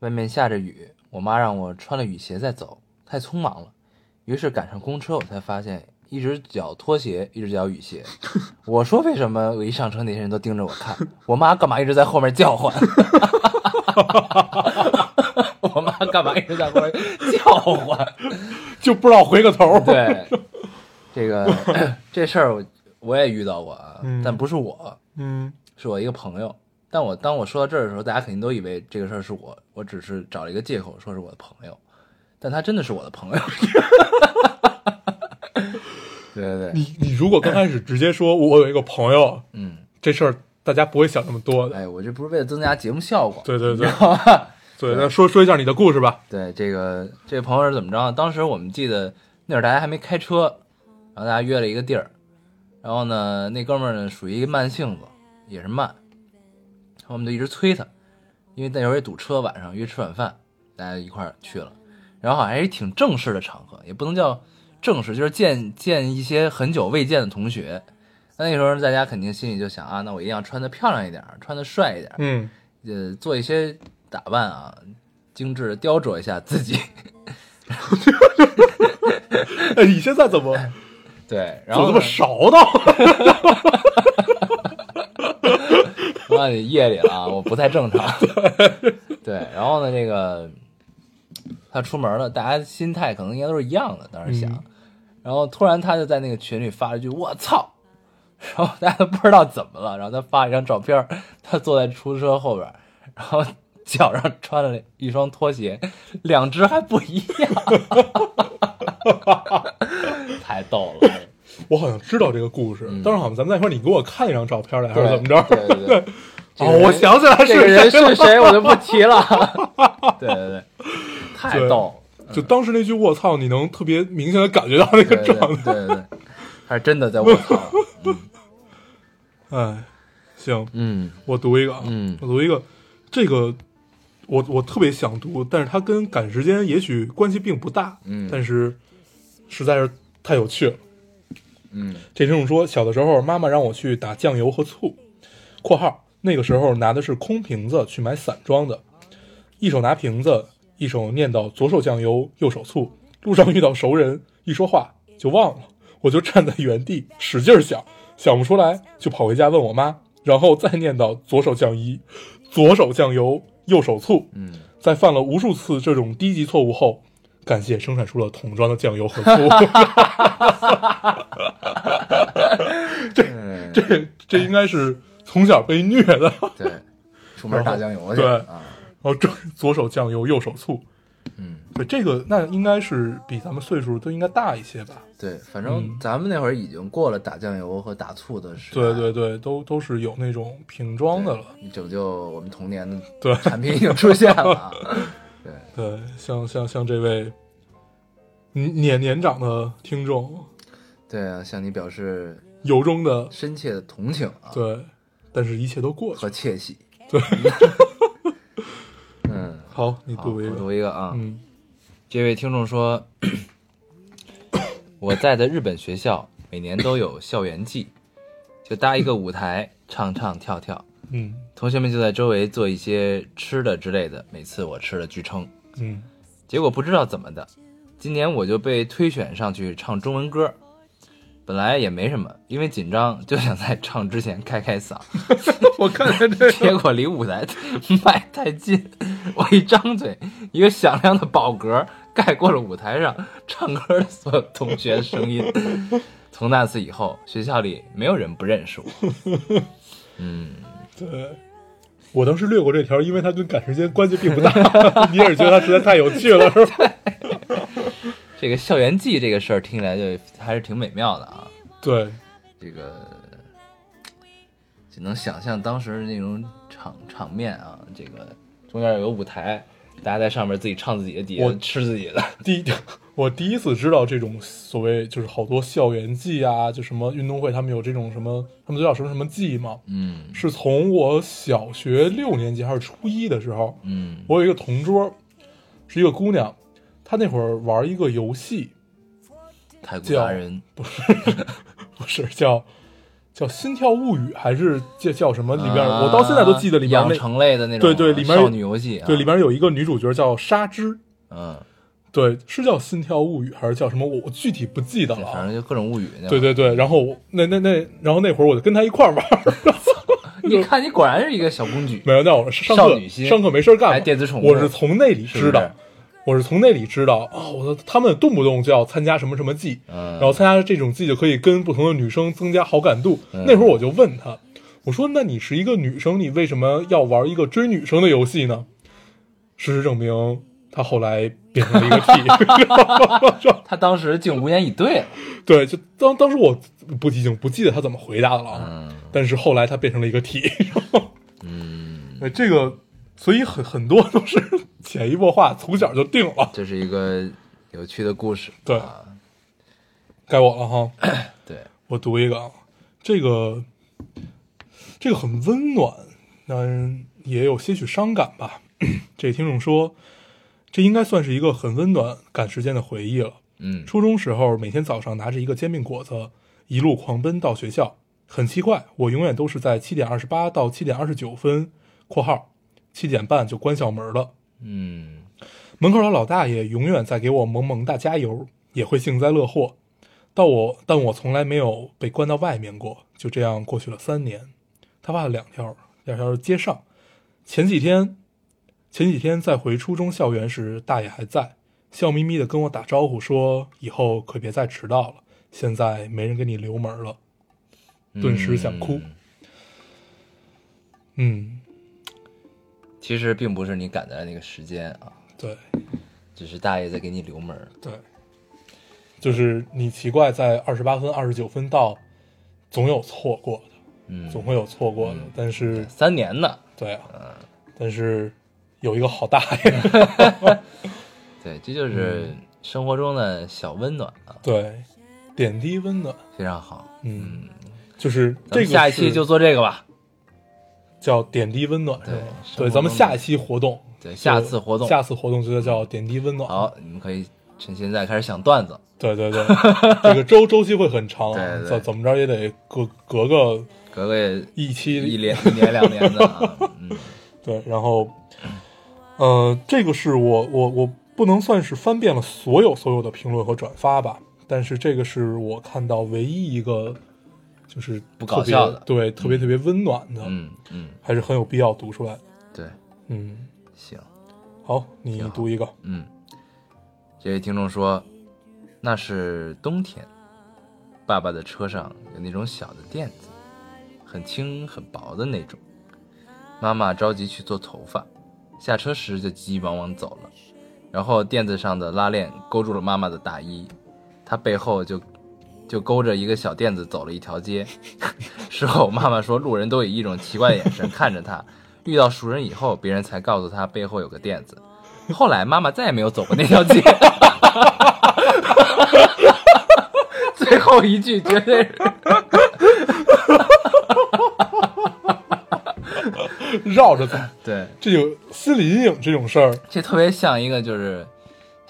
[SPEAKER 1] 外面下着雨，我妈让我穿了雨鞋再走，太匆忙了。于是赶上公车，我才发现一只脚拖鞋，一只脚雨鞋。我说为什么我一上车那些人都盯着我看？我妈干嘛一直在后面叫唤？ 我妈干嘛一直在后面叫唤？
[SPEAKER 2] 就不知道回个头。，
[SPEAKER 1] 对，这个 这事儿我我也遇到过啊，
[SPEAKER 2] 嗯
[SPEAKER 1] 但不是我，
[SPEAKER 2] 嗯
[SPEAKER 1] 是我一个朋友。但我当我说到这儿的时候，大家肯定都以为这个事儿是我，我只是找了一个借口说是我的朋友，但他真的是我的朋友。 对对对，
[SPEAKER 2] 你你如果刚开始直接说我有一个朋友
[SPEAKER 1] 嗯，
[SPEAKER 2] 这事儿，大家不会想那么多的。
[SPEAKER 1] 哎，我这不是为了增加节目效果，
[SPEAKER 2] 对对 对，对，那说说一下你的故事吧。
[SPEAKER 1] 对，这个这个朋友是怎么着呢？当时我们记得那会儿大家还没开车，然后大家约了一个地儿，然后呢，那哥们儿呢属于慢性子，也是慢，然后我们就一直催他，因为那会儿也堵车，晚上约吃晚饭，大家一块儿去了，然后好像还是挺正式的场合，也不能叫正式，就是见见一些很久未见的同学。那那时候大家肯定心里就想啊，那我一定要穿的漂亮一点儿，穿的帅一点儿，
[SPEAKER 2] 嗯
[SPEAKER 1] 呃，做一些打扮啊，精致地雕琢一下自己。
[SPEAKER 2] 哎，你现在怎么
[SPEAKER 1] 对，
[SPEAKER 2] 怎
[SPEAKER 1] 然
[SPEAKER 2] 么那
[SPEAKER 1] 后呢
[SPEAKER 2] 么勺到？
[SPEAKER 1] 我告诉你夜里了啊，我不太 正常。对，然后呢，这个他出门了，大家心态可能应该都是一样的，当时想。
[SPEAKER 2] 嗯
[SPEAKER 1] 然后突然他就在那个群里发了一句“我操”，然后大家都不知道怎么了，然后他发了一张照片，他坐在出租车后边，然后脚上穿了一双拖鞋，两只还不一 样，太逗了。
[SPEAKER 2] 我好像知道这个故事，当时好像咱们在一块儿，你给我看一张照片来， 还
[SPEAKER 1] 对
[SPEAKER 2] 是怎么着？
[SPEAKER 1] 对对对，这个
[SPEAKER 2] 哦，我
[SPEAKER 1] 人
[SPEAKER 2] 想起来
[SPEAKER 1] 这
[SPEAKER 2] 是
[SPEAKER 1] 个人
[SPEAKER 2] 谁
[SPEAKER 1] 是谁，我就不提了。 对对对，太逗了，
[SPEAKER 2] 就当时那句“我操”，你能特别明显的感觉到那
[SPEAKER 1] 对
[SPEAKER 2] 个
[SPEAKER 1] 对
[SPEAKER 2] 状
[SPEAKER 1] 对
[SPEAKER 2] 态。
[SPEAKER 1] 对对，他是真的在 我操。
[SPEAKER 2] 哎，行，
[SPEAKER 1] 嗯
[SPEAKER 2] 我读一个啊，
[SPEAKER 1] 嗯
[SPEAKER 2] 我读一个，这个我我特别想读，但是它跟赶时间也许关系并不大，
[SPEAKER 1] 嗯
[SPEAKER 2] 但是实在是太有趣了。
[SPEAKER 1] 嗯
[SPEAKER 2] 这听众说，小的时候妈妈让我去打酱油和醋（括号那个时候拿的是空瓶子去买散装的），一手拿瓶子，一手念叨左手酱油，右手醋。路上遇到熟人，一说话就忘了，我就站在原地使劲儿想，想不出来就跑回家问我妈，然后再念叨左手酱一，左手酱油，右手醋。
[SPEAKER 1] 嗯，
[SPEAKER 2] 在犯了无数次这种低级错误后，感谢生产出了桶装的酱油和醋。
[SPEAKER 1] 嗯
[SPEAKER 2] 这这应该是从小被虐的。
[SPEAKER 1] 对，出门打酱油去
[SPEAKER 2] 对
[SPEAKER 1] 啊。
[SPEAKER 2] 然后这哦左手酱油，右手醋。
[SPEAKER 1] 嗯，
[SPEAKER 2] 对，这个那应该是比咱们岁数都应该大一些吧？
[SPEAKER 1] 对，反正咱们那会儿已经过了打酱油和打醋的时代。
[SPEAKER 2] 嗯对对对，都都是有那种瓶装的了。
[SPEAKER 1] 对，拯救我们童年的
[SPEAKER 2] 对
[SPEAKER 1] 产品已经出现了啊。 对，
[SPEAKER 2] 对，像像像这位年年年长的听众，
[SPEAKER 1] 对啊，向你表示
[SPEAKER 2] 由衷的
[SPEAKER 1] 深切的同情啊
[SPEAKER 2] 对，但是一切都过去
[SPEAKER 1] 和
[SPEAKER 2] 了。
[SPEAKER 1] 窃喜。对， 嗯，
[SPEAKER 2] 好，你
[SPEAKER 1] 好
[SPEAKER 2] 读一
[SPEAKER 1] 我
[SPEAKER 2] 个。
[SPEAKER 1] 读一个啊。
[SPEAKER 2] 嗯
[SPEAKER 1] 这位听众说， 我在的日本学校每年都有校园季，就搭一个舞台，唱唱跳跳，
[SPEAKER 2] 嗯
[SPEAKER 1] 同学们就在周围做一些吃的之类的。每次我吃的巨撑，
[SPEAKER 2] 嗯
[SPEAKER 1] 结果不知道怎么的，今年我就被推选上去唱中文歌。本来也没什么，因为紧张就想在唱之前开开嗓，
[SPEAKER 2] 我看见这
[SPEAKER 1] 结果离舞台迈太 近，我一张嘴，一个响亮的饱嗝盖过了舞台上唱歌的所有同学的声音。 从那次以后，学校里没有人不认识我。嗯，
[SPEAKER 2] 对。我当时略过这条，因为它跟赶时间关系并不大。 你也是觉得它实在太有趣了，是吧？
[SPEAKER 1] 这个校园季这个事儿听起来就还是挺美妙的啊。
[SPEAKER 2] 对，
[SPEAKER 1] 这个只能想象当时那种场场面啊，这个中间有个舞台，大家在上面自己唱自己的，底下
[SPEAKER 2] 我
[SPEAKER 1] 吃自己的。
[SPEAKER 2] 第一， 我第一次知道这种所谓就是好多校园季啊，就什么运动会，他们有这种什么，他们都叫什么什么季嘛，
[SPEAKER 1] 嗯
[SPEAKER 2] 是从我小学六年级还是初一的时候，
[SPEAKER 1] 嗯
[SPEAKER 2] 我有一个同桌，是一个姑娘，她那会儿玩一个游戏，
[SPEAKER 1] 太古达人
[SPEAKER 2] 不是叫叫《心跳物语》还是叫叫什么？里边、
[SPEAKER 1] 啊
[SPEAKER 2] 我到现在都记得里边
[SPEAKER 1] 养
[SPEAKER 2] 那
[SPEAKER 1] 成类的那种，
[SPEAKER 2] 对对里面有
[SPEAKER 1] 少女游戏啊，
[SPEAKER 2] 对里边有一个女主角叫纱织，
[SPEAKER 1] 嗯，
[SPEAKER 2] 对，是叫《心跳物语》还是叫什么？我我具体不记得了
[SPEAKER 1] 反
[SPEAKER 2] 啊。
[SPEAKER 1] 正就各种物语那
[SPEAKER 2] 对
[SPEAKER 1] 对，
[SPEAKER 2] 对对，然后我那那那，然后那会儿我就跟她一块儿玩儿，
[SPEAKER 1] 你看你果然是一个小公举，
[SPEAKER 2] 没有，那我是上
[SPEAKER 1] 少
[SPEAKER 2] 课
[SPEAKER 1] 女心
[SPEAKER 2] 上课没事儿干嘛
[SPEAKER 1] 还电子宠物
[SPEAKER 2] 我是从那里
[SPEAKER 1] 是
[SPEAKER 2] 知
[SPEAKER 1] 不
[SPEAKER 2] 道，
[SPEAKER 1] 是
[SPEAKER 2] 我是从那里知道啊、我的他们动不动就要参加什么什么季，
[SPEAKER 1] 嗯
[SPEAKER 2] 然后参加这种季就可以跟不同的女生增加好感度。
[SPEAKER 1] 嗯
[SPEAKER 2] 那会儿我就问他，我说：“那你是一个女生，你为什么要玩一个追女生的游戏呢？”事实证明，他后来变成了一个 T。
[SPEAKER 1] 他当时竟无言以对了，
[SPEAKER 2] 对，就当当时我不已经不记得他怎么回答了啊，
[SPEAKER 1] 嗯
[SPEAKER 2] 但是后来他变成了一个 T。
[SPEAKER 1] 嗯，
[SPEAKER 2] 对 这个，所以很很多都是潜移默化，从小就定了。
[SPEAKER 1] 这是一个有趣的故事，
[SPEAKER 2] 对
[SPEAKER 1] 啊
[SPEAKER 2] 该我了哈，
[SPEAKER 1] 对，
[SPEAKER 2] 我读一个啊，这个这个很温暖，但也有些许伤感吧。 这位听众说，这应该算是一个很温暖赶时间的回忆了。
[SPEAKER 1] 嗯
[SPEAKER 2] 初中时候，每天早上拿着一个煎饼果子，一路狂奔到学校。很奇怪，我永远都是在七点二十八到七点二十九分（括号七点半就关校门了）
[SPEAKER 1] 嗯
[SPEAKER 2] 门口的老大爷永远在给我萌萌哒加油，也会幸灾乐祸。到我，但我从来没有被关到外面过。就这样过去了三年，他爸两条，两条街上。前几天，前几天在回初中校园时，大爷还在，笑眯眯的跟我打招呼说：“以后可别再迟到了，现在没人给你留门了。”顿时想哭
[SPEAKER 1] 嗯
[SPEAKER 2] 嗯，
[SPEAKER 1] 其实并不是你赶在了那个时间啊，
[SPEAKER 2] 对
[SPEAKER 1] 只是大爷在给你留门儿。
[SPEAKER 2] 对，就是你奇怪，在二十八分、二十九分到，总有错过的。
[SPEAKER 1] 嗯，
[SPEAKER 2] 总会有错过的。但是，
[SPEAKER 1] 三年呢，
[SPEAKER 2] 对啊，但是有一个好大爷，
[SPEAKER 1] 对，这就是生活中的小温暖啊，
[SPEAKER 2] 对，点滴温暖，
[SPEAKER 1] 非常好。
[SPEAKER 2] 嗯，就是
[SPEAKER 1] 咱
[SPEAKER 2] 这
[SPEAKER 1] 们
[SPEAKER 2] 个
[SPEAKER 1] 下一期
[SPEAKER 2] 是
[SPEAKER 1] 就做这个吧。
[SPEAKER 2] 叫点滴温暖，是吧？
[SPEAKER 1] 生活
[SPEAKER 2] 对，咱们
[SPEAKER 1] 中
[SPEAKER 2] 下一期活动，
[SPEAKER 1] 对，
[SPEAKER 2] 就
[SPEAKER 1] 下次活动，
[SPEAKER 2] 下次活动就叫点滴温暖。
[SPEAKER 1] 好，你们可以趁现在开始想段子。
[SPEAKER 2] 对对 对，这个周周期会很长啊
[SPEAKER 1] 对对，对
[SPEAKER 2] 怎怎么着也得隔隔个
[SPEAKER 1] 格格也
[SPEAKER 2] 一
[SPEAKER 1] 一
[SPEAKER 2] 期，
[SPEAKER 1] 年一年两年的啊，嗯，
[SPEAKER 2] 对，然后，呃，这个是我我我不能算是翻遍了所有所有的评论和转发吧，但是这个是我看到唯一一个就是
[SPEAKER 1] 不
[SPEAKER 2] 特
[SPEAKER 1] 搞
[SPEAKER 2] 别
[SPEAKER 1] 笑的
[SPEAKER 2] 对，特别特别温暖的，
[SPEAKER 1] 嗯嗯，
[SPEAKER 2] 还是很有必要读出来。
[SPEAKER 1] 对，
[SPEAKER 2] 嗯，
[SPEAKER 1] 行，
[SPEAKER 2] 好，你
[SPEAKER 1] 挺好
[SPEAKER 2] 读 一个，
[SPEAKER 1] 嗯，这位听众说，那是冬天，爸爸的车上有那种小的垫子，很轻很薄的那种。妈妈着急去做头发，下车时就急急忙忙走了，然后垫子上的拉链勾住了妈妈的大衣，她背后就就勾着一个小垫子走了一条街。 事后妈妈说，路人都以一种奇怪的眼神看着她，遇到熟人以后，别人才告诉她背后有个垫子。 后来妈妈再也没有走过那条街。最后一句绝对是
[SPEAKER 2] 绕着走，
[SPEAKER 1] 对，
[SPEAKER 2] 这有心理阴影这种事儿，
[SPEAKER 1] 这特别像一个就是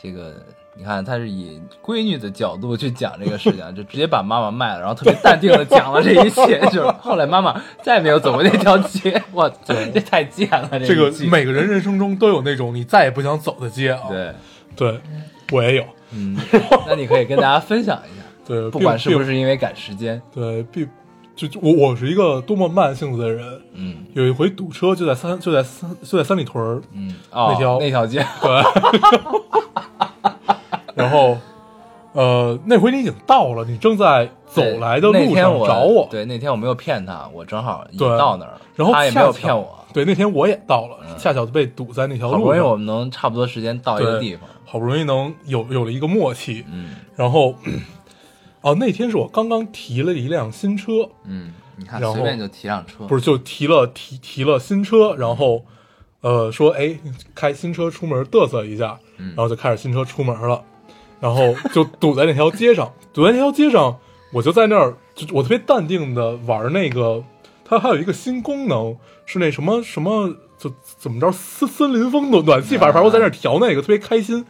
[SPEAKER 1] 这个，你看他是以闺女的角度去讲这个事情，就直接把妈妈卖了，然后特别淡定的讲了这一切，就是后来妈妈再也没有走过那条 街。我操，这太贱了，
[SPEAKER 2] 这
[SPEAKER 1] 个
[SPEAKER 2] 个每个人人生中都有那种你再也不想走的街啊，
[SPEAKER 1] 对，
[SPEAKER 2] 对，我也有，
[SPEAKER 1] 嗯，那你可以跟大家分享 一下，
[SPEAKER 2] 对，
[SPEAKER 1] 不管
[SPEAKER 2] 并
[SPEAKER 1] 是不
[SPEAKER 2] 并
[SPEAKER 1] 是因为赶时间，
[SPEAKER 2] 对，并就就我我是一个多么慢性子的人，
[SPEAKER 1] 嗯
[SPEAKER 2] 有一回堵车就在三就在三就在三里屯儿，
[SPEAKER 1] 嗯，哦，
[SPEAKER 2] 那条
[SPEAKER 1] 那条街，
[SPEAKER 2] 然后呃那回你已经到了，你正在走
[SPEAKER 1] 对
[SPEAKER 2] 来的路
[SPEAKER 1] 那天
[SPEAKER 2] 上
[SPEAKER 1] 我
[SPEAKER 2] 找我，
[SPEAKER 1] 对，那天我没有骗他，我正好也
[SPEAKER 2] 对
[SPEAKER 1] 到那儿了，
[SPEAKER 2] 然后
[SPEAKER 1] 他也没
[SPEAKER 2] 恰
[SPEAKER 1] 有
[SPEAKER 2] 巧
[SPEAKER 1] 骗我。嗯
[SPEAKER 2] 对，那天我也到了，恰巧被堵在那条
[SPEAKER 1] 好
[SPEAKER 2] 路
[SPEAKER 1] 不容易
[SPEAKER 2] 上，
[SPEAKER 1] 我们能差不多时间到一
[SPEAKER 2] 对
[SPEAKER 1] 个地方，
[SPEAKER 2] 好不容易能有有了一个默契，
[SPEAKER 1] 嗯
[SPEAKER 2] 然后 哦、那天是我刚刚提了一辆新车，
[SPEAKER 1] 嗯，你看
[SPEAKER 2] 然后
[SPEAKER 1] 随便就提辆车，
[SPEAKER 2] 不
[SPEAKER 1] 是
[SPEAKER 2] 是就提了提提了新车，然后呃说哎开新车出门嘚瑟一下，然后就开着新车出门了，然后就堵在那条街上，堵在那条街上，我就在那儿，就我特别淡定的玩那个，它还有一个新功能是那什么什么，就怎么着森森林风暖暖气反正我在那儿调那个，特别开心。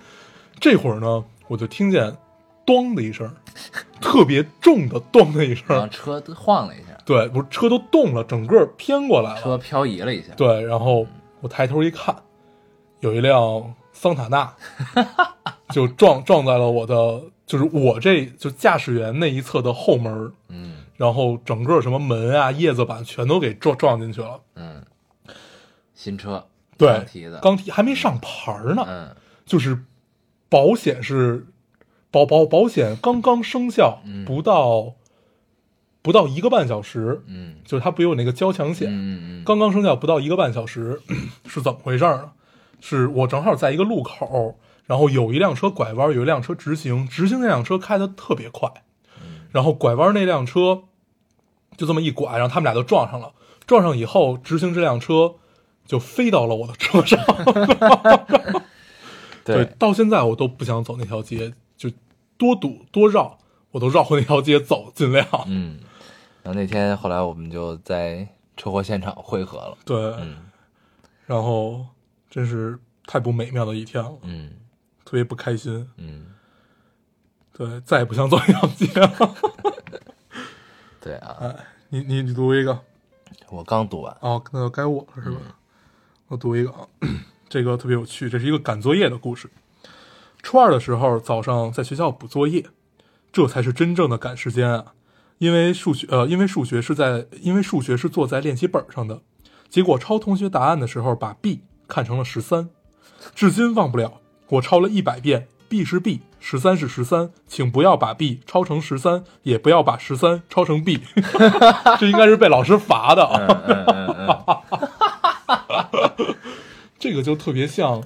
[SPEAKER 2] 这会儿呢，我就听见“咣”的一声，特别重的“咚”的一
[SPEAKER 1] 然后
[SPEAKER 2] 声，
[SPEAKER 1] 车晃了一下，
[SPEAKER 2] 对，我车都动了，整个偏过来了，
[SPEAKER 1] 车漂移了一下，
[SPEAKER 2] 对，然后我抬头一看，有一辆桑塔 纳就撞撞在了我的，就是我这就驾驶员那一侧的后门儿，
[SPEAKER 1] 嗯
[SPEAKER 2] 然后整个什么门啊、叶子板全都给撞撞进去了。
[SPEAKER 1] 嗯，新车，
[SPEAKER 2] 对
[SPEAKER 1] 刚提的，，
[SPEAKER 2] 刚提还没上牌儿呢，
[SPEAKER 1] 嗯
[SPEAKER 2] 就是保险是保保保险刚刚生效，
[SPEAKER 1] 嗯
[SPEAKER 2] 不到不到一个半小时，
[SPEAKER 1] 嗯
[SPEAKER 2] 就是它不有那个交强险，
[SPEAKER 1] 嗯嗯
[SPEAKER 2] 刚刚生效不到一个半小时， 是怎么回事儿呢？是我正好在一个路口，然后有一辆车拐弯，有一辆车直行，直行那辆车开的特别快，
[SPEAKER 1] 嗯
[SPEAKER 2] 然后拐弯那辆车就这么一拐，然后他们俩就撞上了。撞上以后，直行这辆车就飞到了我的车上。
[SPEAKER 1] 嗯，
[SPEAKER 2] 对，
[SPEAKER 1] 对，
[SPEAKER 2] 到现在我都不想走那条街，就多堵多绕，我都绕回那条街走，尽量。
[SPEAKER 1] 嗯，然后那天后来我们就在车祸现场汇合了，
[SPEAKER 2] 对，
[SPEAKER 1] 嗯
[SPEAKER 2] 然后真是太不美妙的一天了，
[SPEAKER 1] 嗯
[SPEAKER 2] 特别不开心。
[SPEAKER 1] 嗯，
[SPEAKER 2] 对，再也不想走一条街了。
[SPEAKER 1] 对啊，
[SPEAKER 2] 哎，你你你读一个
[SPEAKER 1] 我刚读完，
[SPEAKER 2] 哦，那该我了是吧？我读一个啊，这个特别有趣，这是一个赶作业的故事。初二的时候，早上在学校补作业，这才是真正的赶时间啊！因为数学，呃，因为数学是在，因为数学是坐在练习本上的，结果抄同学答案的时候，把 b 看成了十三，至今忘不了。我抄了一百遍，b 是 b，十三是十三，请不要把 b 抄成十三，也不要把十三抄成 b。这应该是被老师罚的啊！
[SPEAKER 1] 嗯
[SPEAKER 2] 这个就特别像，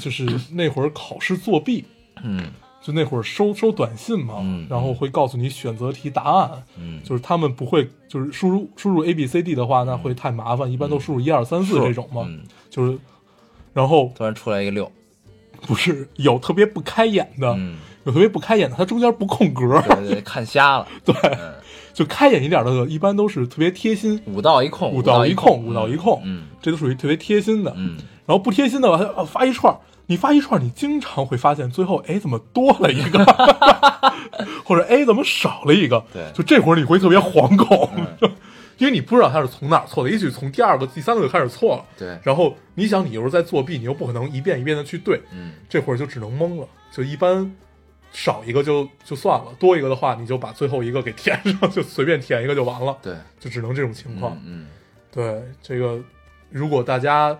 [SPEAKER 2] 就是那会儿考试作弊，
[SPEAKER 1] 嗯
[SPEAKER 2] 就那会儿收收短信嘛，
[SPEAKER 1] 嗯
[SPEAKER 2] 然后会告诉你选择题答案，
[SPEAKER 1] 嗯，
[SPEAKER 2] 就是他们不会，就是输入输入 A B C D 的话，那会太麻烦，一般都输入一二三四这种嘛，
[SPEAKER 1] 嗯
[SPEAKER 2] 就是，然后
[SPEAKER 1] 突然出来一个六，
[SPEAKER 2] 不是有特别不开眼的，
[SPEAKER 1] 嗯，
[SPEAKER 2] 有特别不开眼的，它中间不空格，
[SPEAKER 1] 对对，对呃看瞎了，
[SPEAKER 2] 对，
[SPEAKER 1] 嗯
[SPEAKER 2] 就开眼一点的，一般都是特别贴心，
[SPEAKER 1] 哦五道一空，
[SPEAKER 2] 五
[SPEAKER 1] 道
[SPEAKER 2] 道
[SPEAKER 1] 一
[SPEAKER 2] 一
[SPEAKER 1] 空，
[SPEAKER 2] 空，五道一空，
[SPEAKER 1] 嗯
[SPEAKER 2] 这都属于特别贴心的，
[SPEAKER 1] 嗯，
[SPEAKER 2] 然后不贴心的还呃发一串儿，你发一串儿，你经常会发现最后哎怎么多了一 个，或者哎怎么少了一个，
[SPEAKER 1] 对
[SPEAKER 2] 就这会儿你会特别惶恐， 因为你不知道他是从哪儿错的，也许从第二个、第三个就开始错了，
[SPEAKER 1] 对
[SPEAKER 2] 然后你想你又是在作弊，你又不可能一遍一遍的去对，
[SPEAKER 1] 嗯，
[SPEAKER 2] 这会儿就只能懵了，就一般。少一个就就算了，多一个的话，你就把最后一个给填上，就随便填一个就完了，
[SPEAKER 1] 对，
[SPEAKER 2] 就只能这种情况。
[SPEAKER 1] 嗯嗯
[SPEAKER 2] 对这个，如果大家，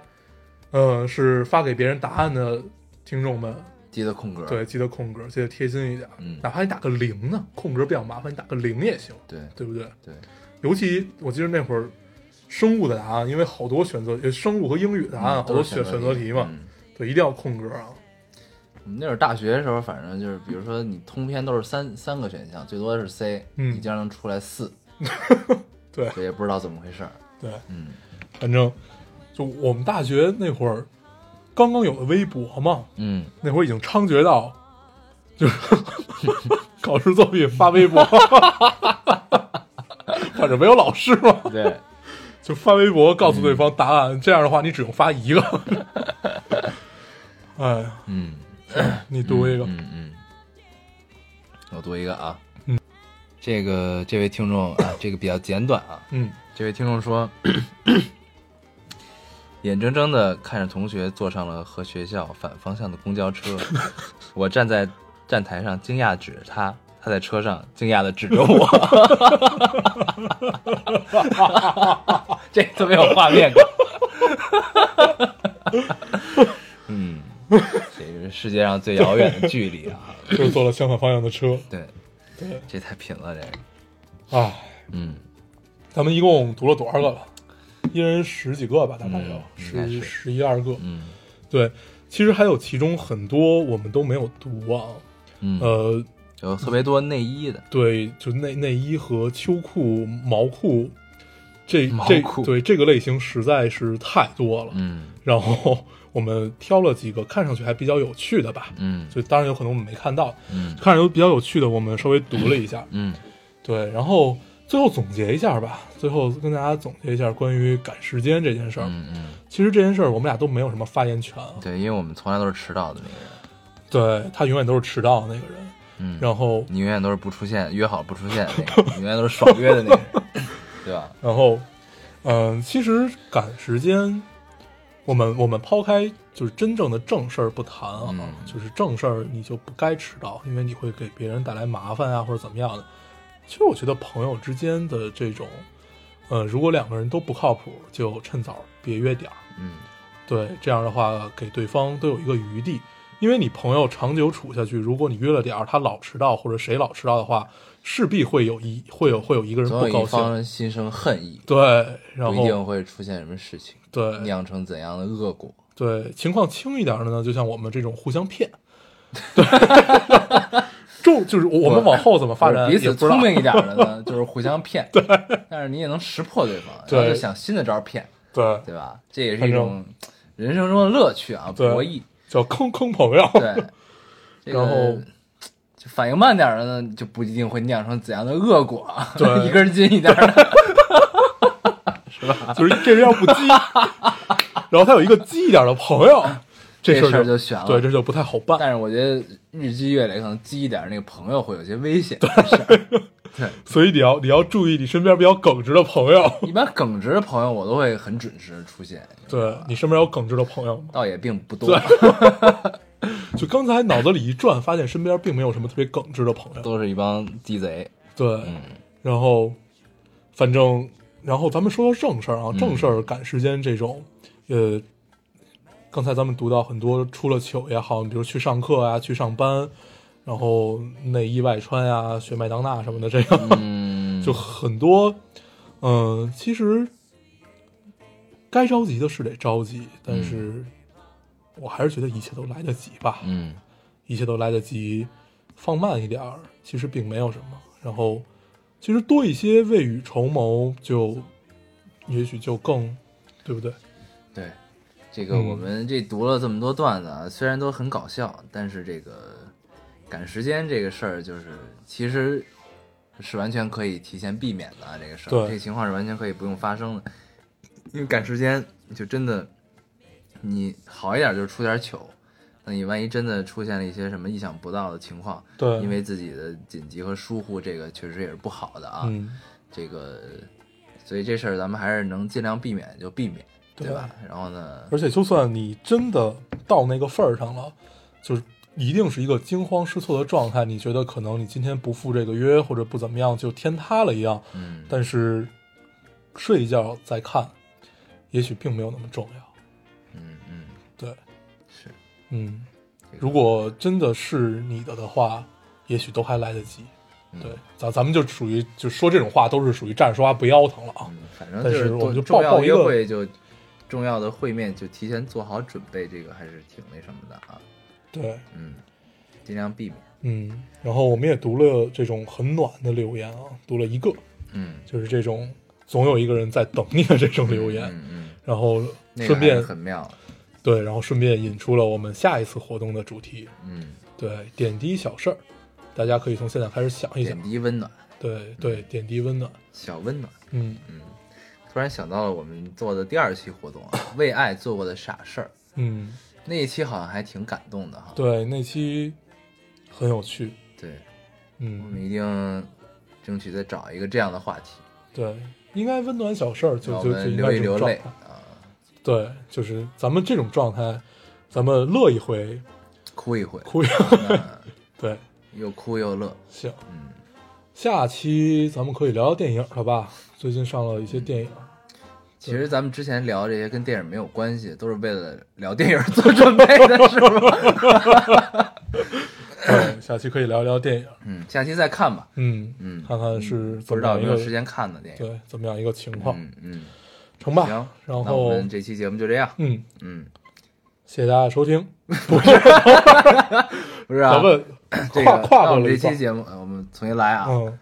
[SPEAKER 2] 呃，是发给别人答案的听众们，
[SPEAKER 1] 记得空格，
[SPEAKER 2] 对，记得空格，记得贴心一点，
[SPEAKER 1] 嗯
[SPEAKER 2] 哪怕你打个零呢，空格比较麻烦，你打个零也行，
[SPEAKER 1] 对
[SPEAKER 2] 对不对？
[SPEAKER 1] 对，
[SPEAKER 2] 尤其我记得那会儿，生物的答案，因为好多选择，呃生物和英语答案，好
[SPEAKER 1] 嗯都
[SPEAKER 2] 多
[SPEAKER 1] 是
[SPEAKER 2] 选选择题嘛，
[SPEAKER 1] 嗯
[SPEAKER 2] 对，一定要空格啊。
[SPEAKER 1] 我们那会儿大学的时候，反正就是，比如说你通篇都是三三个选项，最多是 C，、
[SPEAKER 2] 嗯
[SPEAKER 1] 你竟然能出来四，
[SPEAKER 2] 对
[SPEAKER 1] 这也不知道怎么回事儿。
[SPEAKER 2] 对，
[SPEAKER 1] 嗯
[SPEAKER 2] 反正就我们大学那会儿，刚刚有了微博嘛，
[SPEAKER 1] 嗯，
[SPEAKER 2] 那会儿已经猖獗到，就是 考试作弊发微博，反正没有老师嘛，
[SPEAKER 1] 对，
[SPEAKER 2] 就发微博告诉对方答案。这样的话，你只用发一个。 哎呀，
[SPEAKER 1] 嗯，
[SPEAKER 2] 你读一个，
[SPEAKER 1] 嗯嗯，我读一个啊，
[SPEAKER 2] 嗯，
[SPEAKER 1] 这个这位听众啊，这个比较简短啊，
[SPEAKER 2] 嗯
[SPEAKER 1] 这位听众说， 眼睁睁的看着同学坐上了和学校反方向的公交车，我站在站台上惊讶指着他，他在车上惊讶的指着我， 这特别有画面感。 嗯，这是世界上最遥远的距离啊！
[SPEAKER 2] 就是坐了相反方向的车。
[SPEAKER 1] 对，
[SPEAKER 2] 对，
[SPEAKER 1] 这太贫了，这个。
[SPEAKER 2] 哎，
[SPEAKER 1] 嗯，
[SPEAKER 2] 咱们一共读了多少个了？一人十几个吧，大概有
[SPEAKER 1] 嗯应该
[SPEAKER 2] 十
[SPEAKER 1] 是
[SPEAKER 2] 十一二个。
[SPEAKER 1] 嗯
[SPEAKER 2] 对，其实还有其中很多我们都没有读啊。
[SPEAKER 1] 嗯，
[SPEAKER 2] 呃，
[SPEAKER 1] 有特别多内衣的，
[SPEAKER 2] 对，就内内衣和秋裤、毛裤，这
[SPEAKER 1] 毛
[SPEAKER 2] 这
[SPEAKER 1] 裤
[SPEAKER 2] 对这个类型实在是太多了。
[SPEAKER 1] 嗯
[SPEAKER 2] 然后我们挑了几个看上去还比较有趣的吧，
[SPEAKER 1] 嗯
[SPEAKER 2] 就当然有可能我们没看到，
[SPEAKER 1] 嗯
[SPEAKER 2] 看着都比较有趣的，我们稍微读了一下，
[SPEAKER 1] 嗯
[SPEAKER 2] 对，然后最后总结一下吧，最后跟大家总结一下关于赶时间这件事儿。
[SPEAKER 1] 嗯嗯，
[SPEAKER 2] 其实这件事儿我们俩都没有什么发言权啊，
[SPEAKER 1] 对，因为我们从来都是迟到的那个人，
[SPEAKER 2] 对他永远都是迟到的那个人，
[SPEAKER 1] 嗯，
[SPEAKER 2] 然后
[SPEAKER 1] 你永远都是不出现，约好不出现的那个，你永远都是爽约的那个人， 对吧？
[SPEAKER 2] 然后，嗯、其实赶时间，我们我们抛开就是真正的正事儿不谈啊，
[SPEAKER 1] 嗯
[SPEAKER 2] 就是正事儿你就不该迟到，因为你会给别人带来麻烦啊或者怎么样的。其实我觉得朋友之间的这种，呃，如果两个人都不靠谱，就趁早别约点儿。
[SPEAKER 1] 嗯
[SPEAKER 2] 对，这样的话给对方都有一个余地，因为你朋友长久处下去，如果你约了点儿，他老迟到或者谁老迟到的话，势必会有一会有会有一个人
[SPEAKER 1] 总
[SPEAKER 2] 不
[SPEAKER 1] 有
[SPEAKER 2] 高
[SPEAKER 1] 一
[SPEAKER 2] 兴。
[SPEAKER 1] 方心生恨意，
[SPEAKER 2] 对，然
[SPEAKER 1] 不
[SPEAKER 2] 后
[SPEAKER 1] 一定会出现什么事情，
[SPEAKER 2] 对
[SPEAKER 1] 酿成怎样的恶果？
[SPEAKER 2] 对，情况轻一点的呢，就像我们这种互相 骗，对，重就是我我们往后怎么发展
[SPEAKER 1] 彼
[SPEAKER 2] 也
[SPEAKER 1] 此
[SPEAKER 2] 不知道
[SPEAKER 1] 聪明一点的呢，就是互相骗，对，但是你也能识破对方，然后就
[SPEAKER 2] 对
[SPEAKER 1] 想新的招儿骗，
[SPEAKER 2] 对，
[SPEAKER 1] 对吧？这也是
[SPEAKER 2] 反
[SPEAKER 1] 一
[SPEAKER 2] 正
[SPEAKER 1] 种人生中的乐趣啊，
[SPEAKER 2] 对
[SPEAKER 1] 博弈。
[SPEAKER 2] 叫坑坑朋友，
[SPEAKER 1] 对， 这个
[SPEAKER 2] 然后
[SPEAKER 1] 就反应慢点儿的呢，就不一定会酿成怎样的恶果啊。
[SPEAKER 2] 对
[SPEAKER 1] 一根筋一点儿的，
[SPEAKER 2] 就是这人要不激，然后他有一个激一点的朋友，这
[SPEAKER 1] 这
[SPEAKER 2] 事
[SPEAKER 1] 事
[SPEAKER 2] 儿
[SPEAKER 1] 儿就悬了
[SPEAKER 2] 对，这就不太好办。
[SPEAKER 1] 但是我觉得日积月累，可能积一点儿那个朋友会有些危险。
[SPEAKER 2] 所以你要你要注意你身边比较耿直的朋友，
[SPEAKER 1] 一般耿直的朋友，我都会很准时出现，
[SPEAKER 2] 对你身边有耿直的朋友吗？
[SPEAKER 1] 倒也并不多，
[SPEAKER 2] 就刚才脑子里一转，发现身边并没有什么特别耿直的朋友，
[SPEAKER 1] 都是一帮鸡贼。
[SPEAKER 2] 对，然后反正然后咱们说到正事儿啊，正事儿赶时间这种，呃，刚才咱们读到很多出了糗也好，你比如去上课啊、去上班，然后内衣外穿呀、啊、学麦当娜什么的，这个、
[SPEAKER 1] 嗯，
[SPEAKER 2] 就很多，嗯、其实该着急的是得着急，但是我还是觉得一切都来得及吧。
[SPEAKER 1] 嗯
[SPEAKER 2] 一切都来得及，放慢一点儿，其实并没有什么。然后，其实多一些未雨绸缪，就也许就更，对不对？
[SPEAKER 1] 对，这
[SPEAKER 2] 嗯
[SPEAKER 1] 个我们这读了这么多段子啊，虽然都很搞笑，但是这个赶时间这个事儿，就是其实是完全可以提前避免的啊，这个事儿，
[SPEAKER 2] 对
[SPEAKER 1] 这个情况是完全可以不用发生的，因为赶时间就真的，你好一点就是出点糗。那你万一真的出现了一些什么意想不到的情况，
[SPEAKER 2] 对
[SPEAKER 1] 因为自己的紧急和疏忽，这个确实也是不好的啊。
[SPEAKER 2] 嗯，
[SPEAKER 1] 这个，所以这事儿咱们还是能尽量避免就避免，对
[SPEAKER 2] 对
[SPEAKER 1] 吧？然后呢，
[SPEAKER 2] 而且就算你真的到那个份儿上了，就是一定是一个惊慌失措的状态。你觉得可能你今天不赴这个约，或者不怎么样，就天塌了一样。
[SPEAKER 1] 嗯，
[SPEAKER 2] 但是睡一觉再看，也许并没有那么重要。
[SPEAKER 1] 嗯嗯，
[SPEAKER 2] 对，
[SPEAKER 1] 是，
[SPEAKER 2] 嗯，
[SPEAKER 1] 这个
[SPEAKER 2] 如果真的是你的的话，也许都还来得及。
[SPEAKER 1] 嗯
[SPEAKER 2] 对，咱咱们就属于就说这种话都是属于站着说话不腰疼了啊。
[SPEAKER 1] 嗯，反正
[SPEAKER 2] 但
[SPEAKER 1] 就是
[SPEAKER 2] 我
[SPEAKER 1] 多
[SPEAKER 2] 就
[SPEAKER 1] 重
[SPEAKER 2] 报
[SPEAKER 1] 要
[SPEAKER 2] 报
[SPEAKER 1] 的
[SPEAKER 2] 一
[SPEAKER 1] 约
[SPEAKER 2] 个
[SPEAKER 1] 会就重要的会面就提前做好准备，这个还是挺那什么的啊，
[SPEAKER 2] 对，
[SPEAKER 1] 嗯，尽量避免，
[SPEAKER 2] 嗯，然后我们也读了这种很暖的留言啊，读了一个，
[SPEAKER 1] 嗯，
[SPEAKER 2] 就是这种总有一个人在等你的这种留言，
[SPEAKER 1] 嗯嗯，
[SPEAKER 2] 然后
[SPEAKER 1] 那个
[SPEAKER 2] 顺
[SPEAKER 1] 还是
[SPEAKER 2] 便、
[SPEAKER 1] 很妙的，
[SPEAKER 2] 对，然后顺便引出了我们下一次活动的主题，
[SPEAKER 1] 嗯，
[SPEAKER 2] 对，点滴小事儿，大家可以从现在开始想一想
[SPEAKER 1] 点，滴温暖，
[SPEAKER 2] 对对，点滴温暖，
[SPEAKER 1] 小温暖。
[SPEAKER 2] 嗯
[SPEAKER 1] 突然想到了我们做的第二期活动啊，为爱做过的傻事儿。
[SPEAKER 2] 嗯，
[SPEAKER 1] 那一期好像还挺感动的哈。
[SPEAKER 2] 对，那期很有趣，
[SPEAKER 1] 对，我
[SPEAKER 2] 嗯，
[SPEAKER 1] 们一定争取再找一个这样的话题，
[SPEAKER 2] 对，应该温暖小事儿就
[SPEAKER 1] 让我
[SPEAKER 2] 就就
[SPEAKER 1] 们
[SPEAKER 2] 应该
[SPEAKER 1] 流一
[SPEAKER 2] 这种
[SPEAKER 1] 流
[SPEAKER 2] 状
[SPEAKER 1] 泪
[SPEAKER 2] 态，
[SPEAKER 1] 啊，
[SPEAKER 2] 对，就是咱们这种状态，咱们乐一回，
[SPEAKER 1] 哭一回，
[SPEAKER 2] 哭一回
[SPEAKER 1] 啊
[SPEAKER 2] 对，
[SPEAKER 1] 那又哭又乐。
[SPEAKER 2] 行，
[SPEAKER 1] 嗯，
[SPEAKER 2] 下期咱们可以聊聊电影了吧？最近上了一些电影，
[SPEAKER 1] 其实咱们之前聊这些跟电影没有关系，都是为了聊电影做准备的，是 吧？
[SPEAKER 2] 对，下期可以聊聊电影，
[SPEAKER 1] 嗯，下期再看吧。
[SPEAKER 2] 嗯
[SPEAKER 1] 嗯
[SPEAKER 2] 看看是
[SPEAKER 1] 不
[SPEAKER 2] 怎
[SPEAKER 1] 知
[SPEAKER 2] 么
[SPEAKER 1] 道
[SPEAKER 2] 样
[SPEAKER 1] 有
[SPEAKER 2] 一
[SPEAKER 1] 没有
[SPEAKER 2] 个
[SPEAKER 1] 时间看的电影。
[SPEAKER 2] 对怎么样一个情况，
[SPEAKER 1] 嗯嗯，
[SPEAKER 2] 成吧
[SPEAKER 1] 行，，
[SPEAKER 2] 然
[SPEAKER 1] 那我
[SPEAKER 2] 后
[SPEAKER 1] 们这期节目就这样。
[SPEAKER 2] 嗯，
[SPEAKER 1] 嗯，
[SPEAKER 2] 谢谢大家收听，
[SPEAKER 1] 不是啊，
[SPEAKER 2] 咱们
[SPEAKER 1] 这
[SPEAKER 2] 跨
[SPEAKER 1] 个
[SPEAKER 2] 跨
[SPEAKER 1] 那
[SPEAKER 2] 过
[SPEAKER 1] 我们
[SPEAKER 2] 了
[SPEAKER 1] 这
[SPEAKER 2] 一
[SPEAKER 1] 期
[SPEAKER 2] 半，
[SPEAKER 1] 节目，呃我们重新来啊。
[SPEAKER 2] 嗯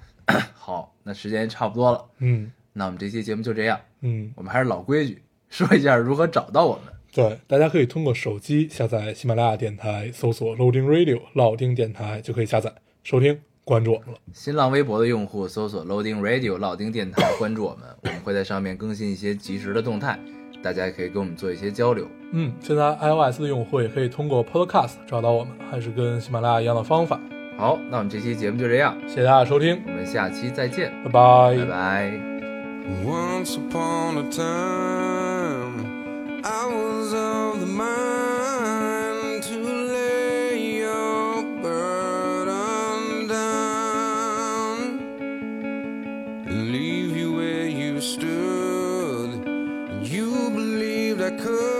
[SPEAKER 1] 好，那时间也差不多了，
[SPEAKER 2] 嗯
[SPEAKER 1] 那我们这期节目就这样。
[SPEAKER 2] 嗯，
[SPEAKER 1] 我们还是老规矩，说一下如何找到我们。
[SPEAKER 2] 对，大家可以通过手机下载喜马拉雅电台，搜索 Loading Radio 老丁电台就可以下载收听，关注我们了。
[SPEAKER 1] 新浪微博的用户搜索 Loading Radio 老丁电台，关注我们，我们会在上面更新一些及时的动态，大家也可以跟我们做一些交流。
[SPEAKER 2] 嗯，现在 iOS 的用户也可以通过 Podcast 找到我们，还是跟喜马拉雅一样的方法。
[SPEAKER 1] 好，那我们这期节目就这样，
[SPEAKER 2] 谢谢大家收听，
[SPEAKER 1] 我们下期再见，
[SPEAKER 2] 拜拜。
[SPEAKER 1] 拜拜。
[SPEAKER 3] Once upon a time, I was of the mind to lay your burden down, leave you where you stood. You believed I could. Oh,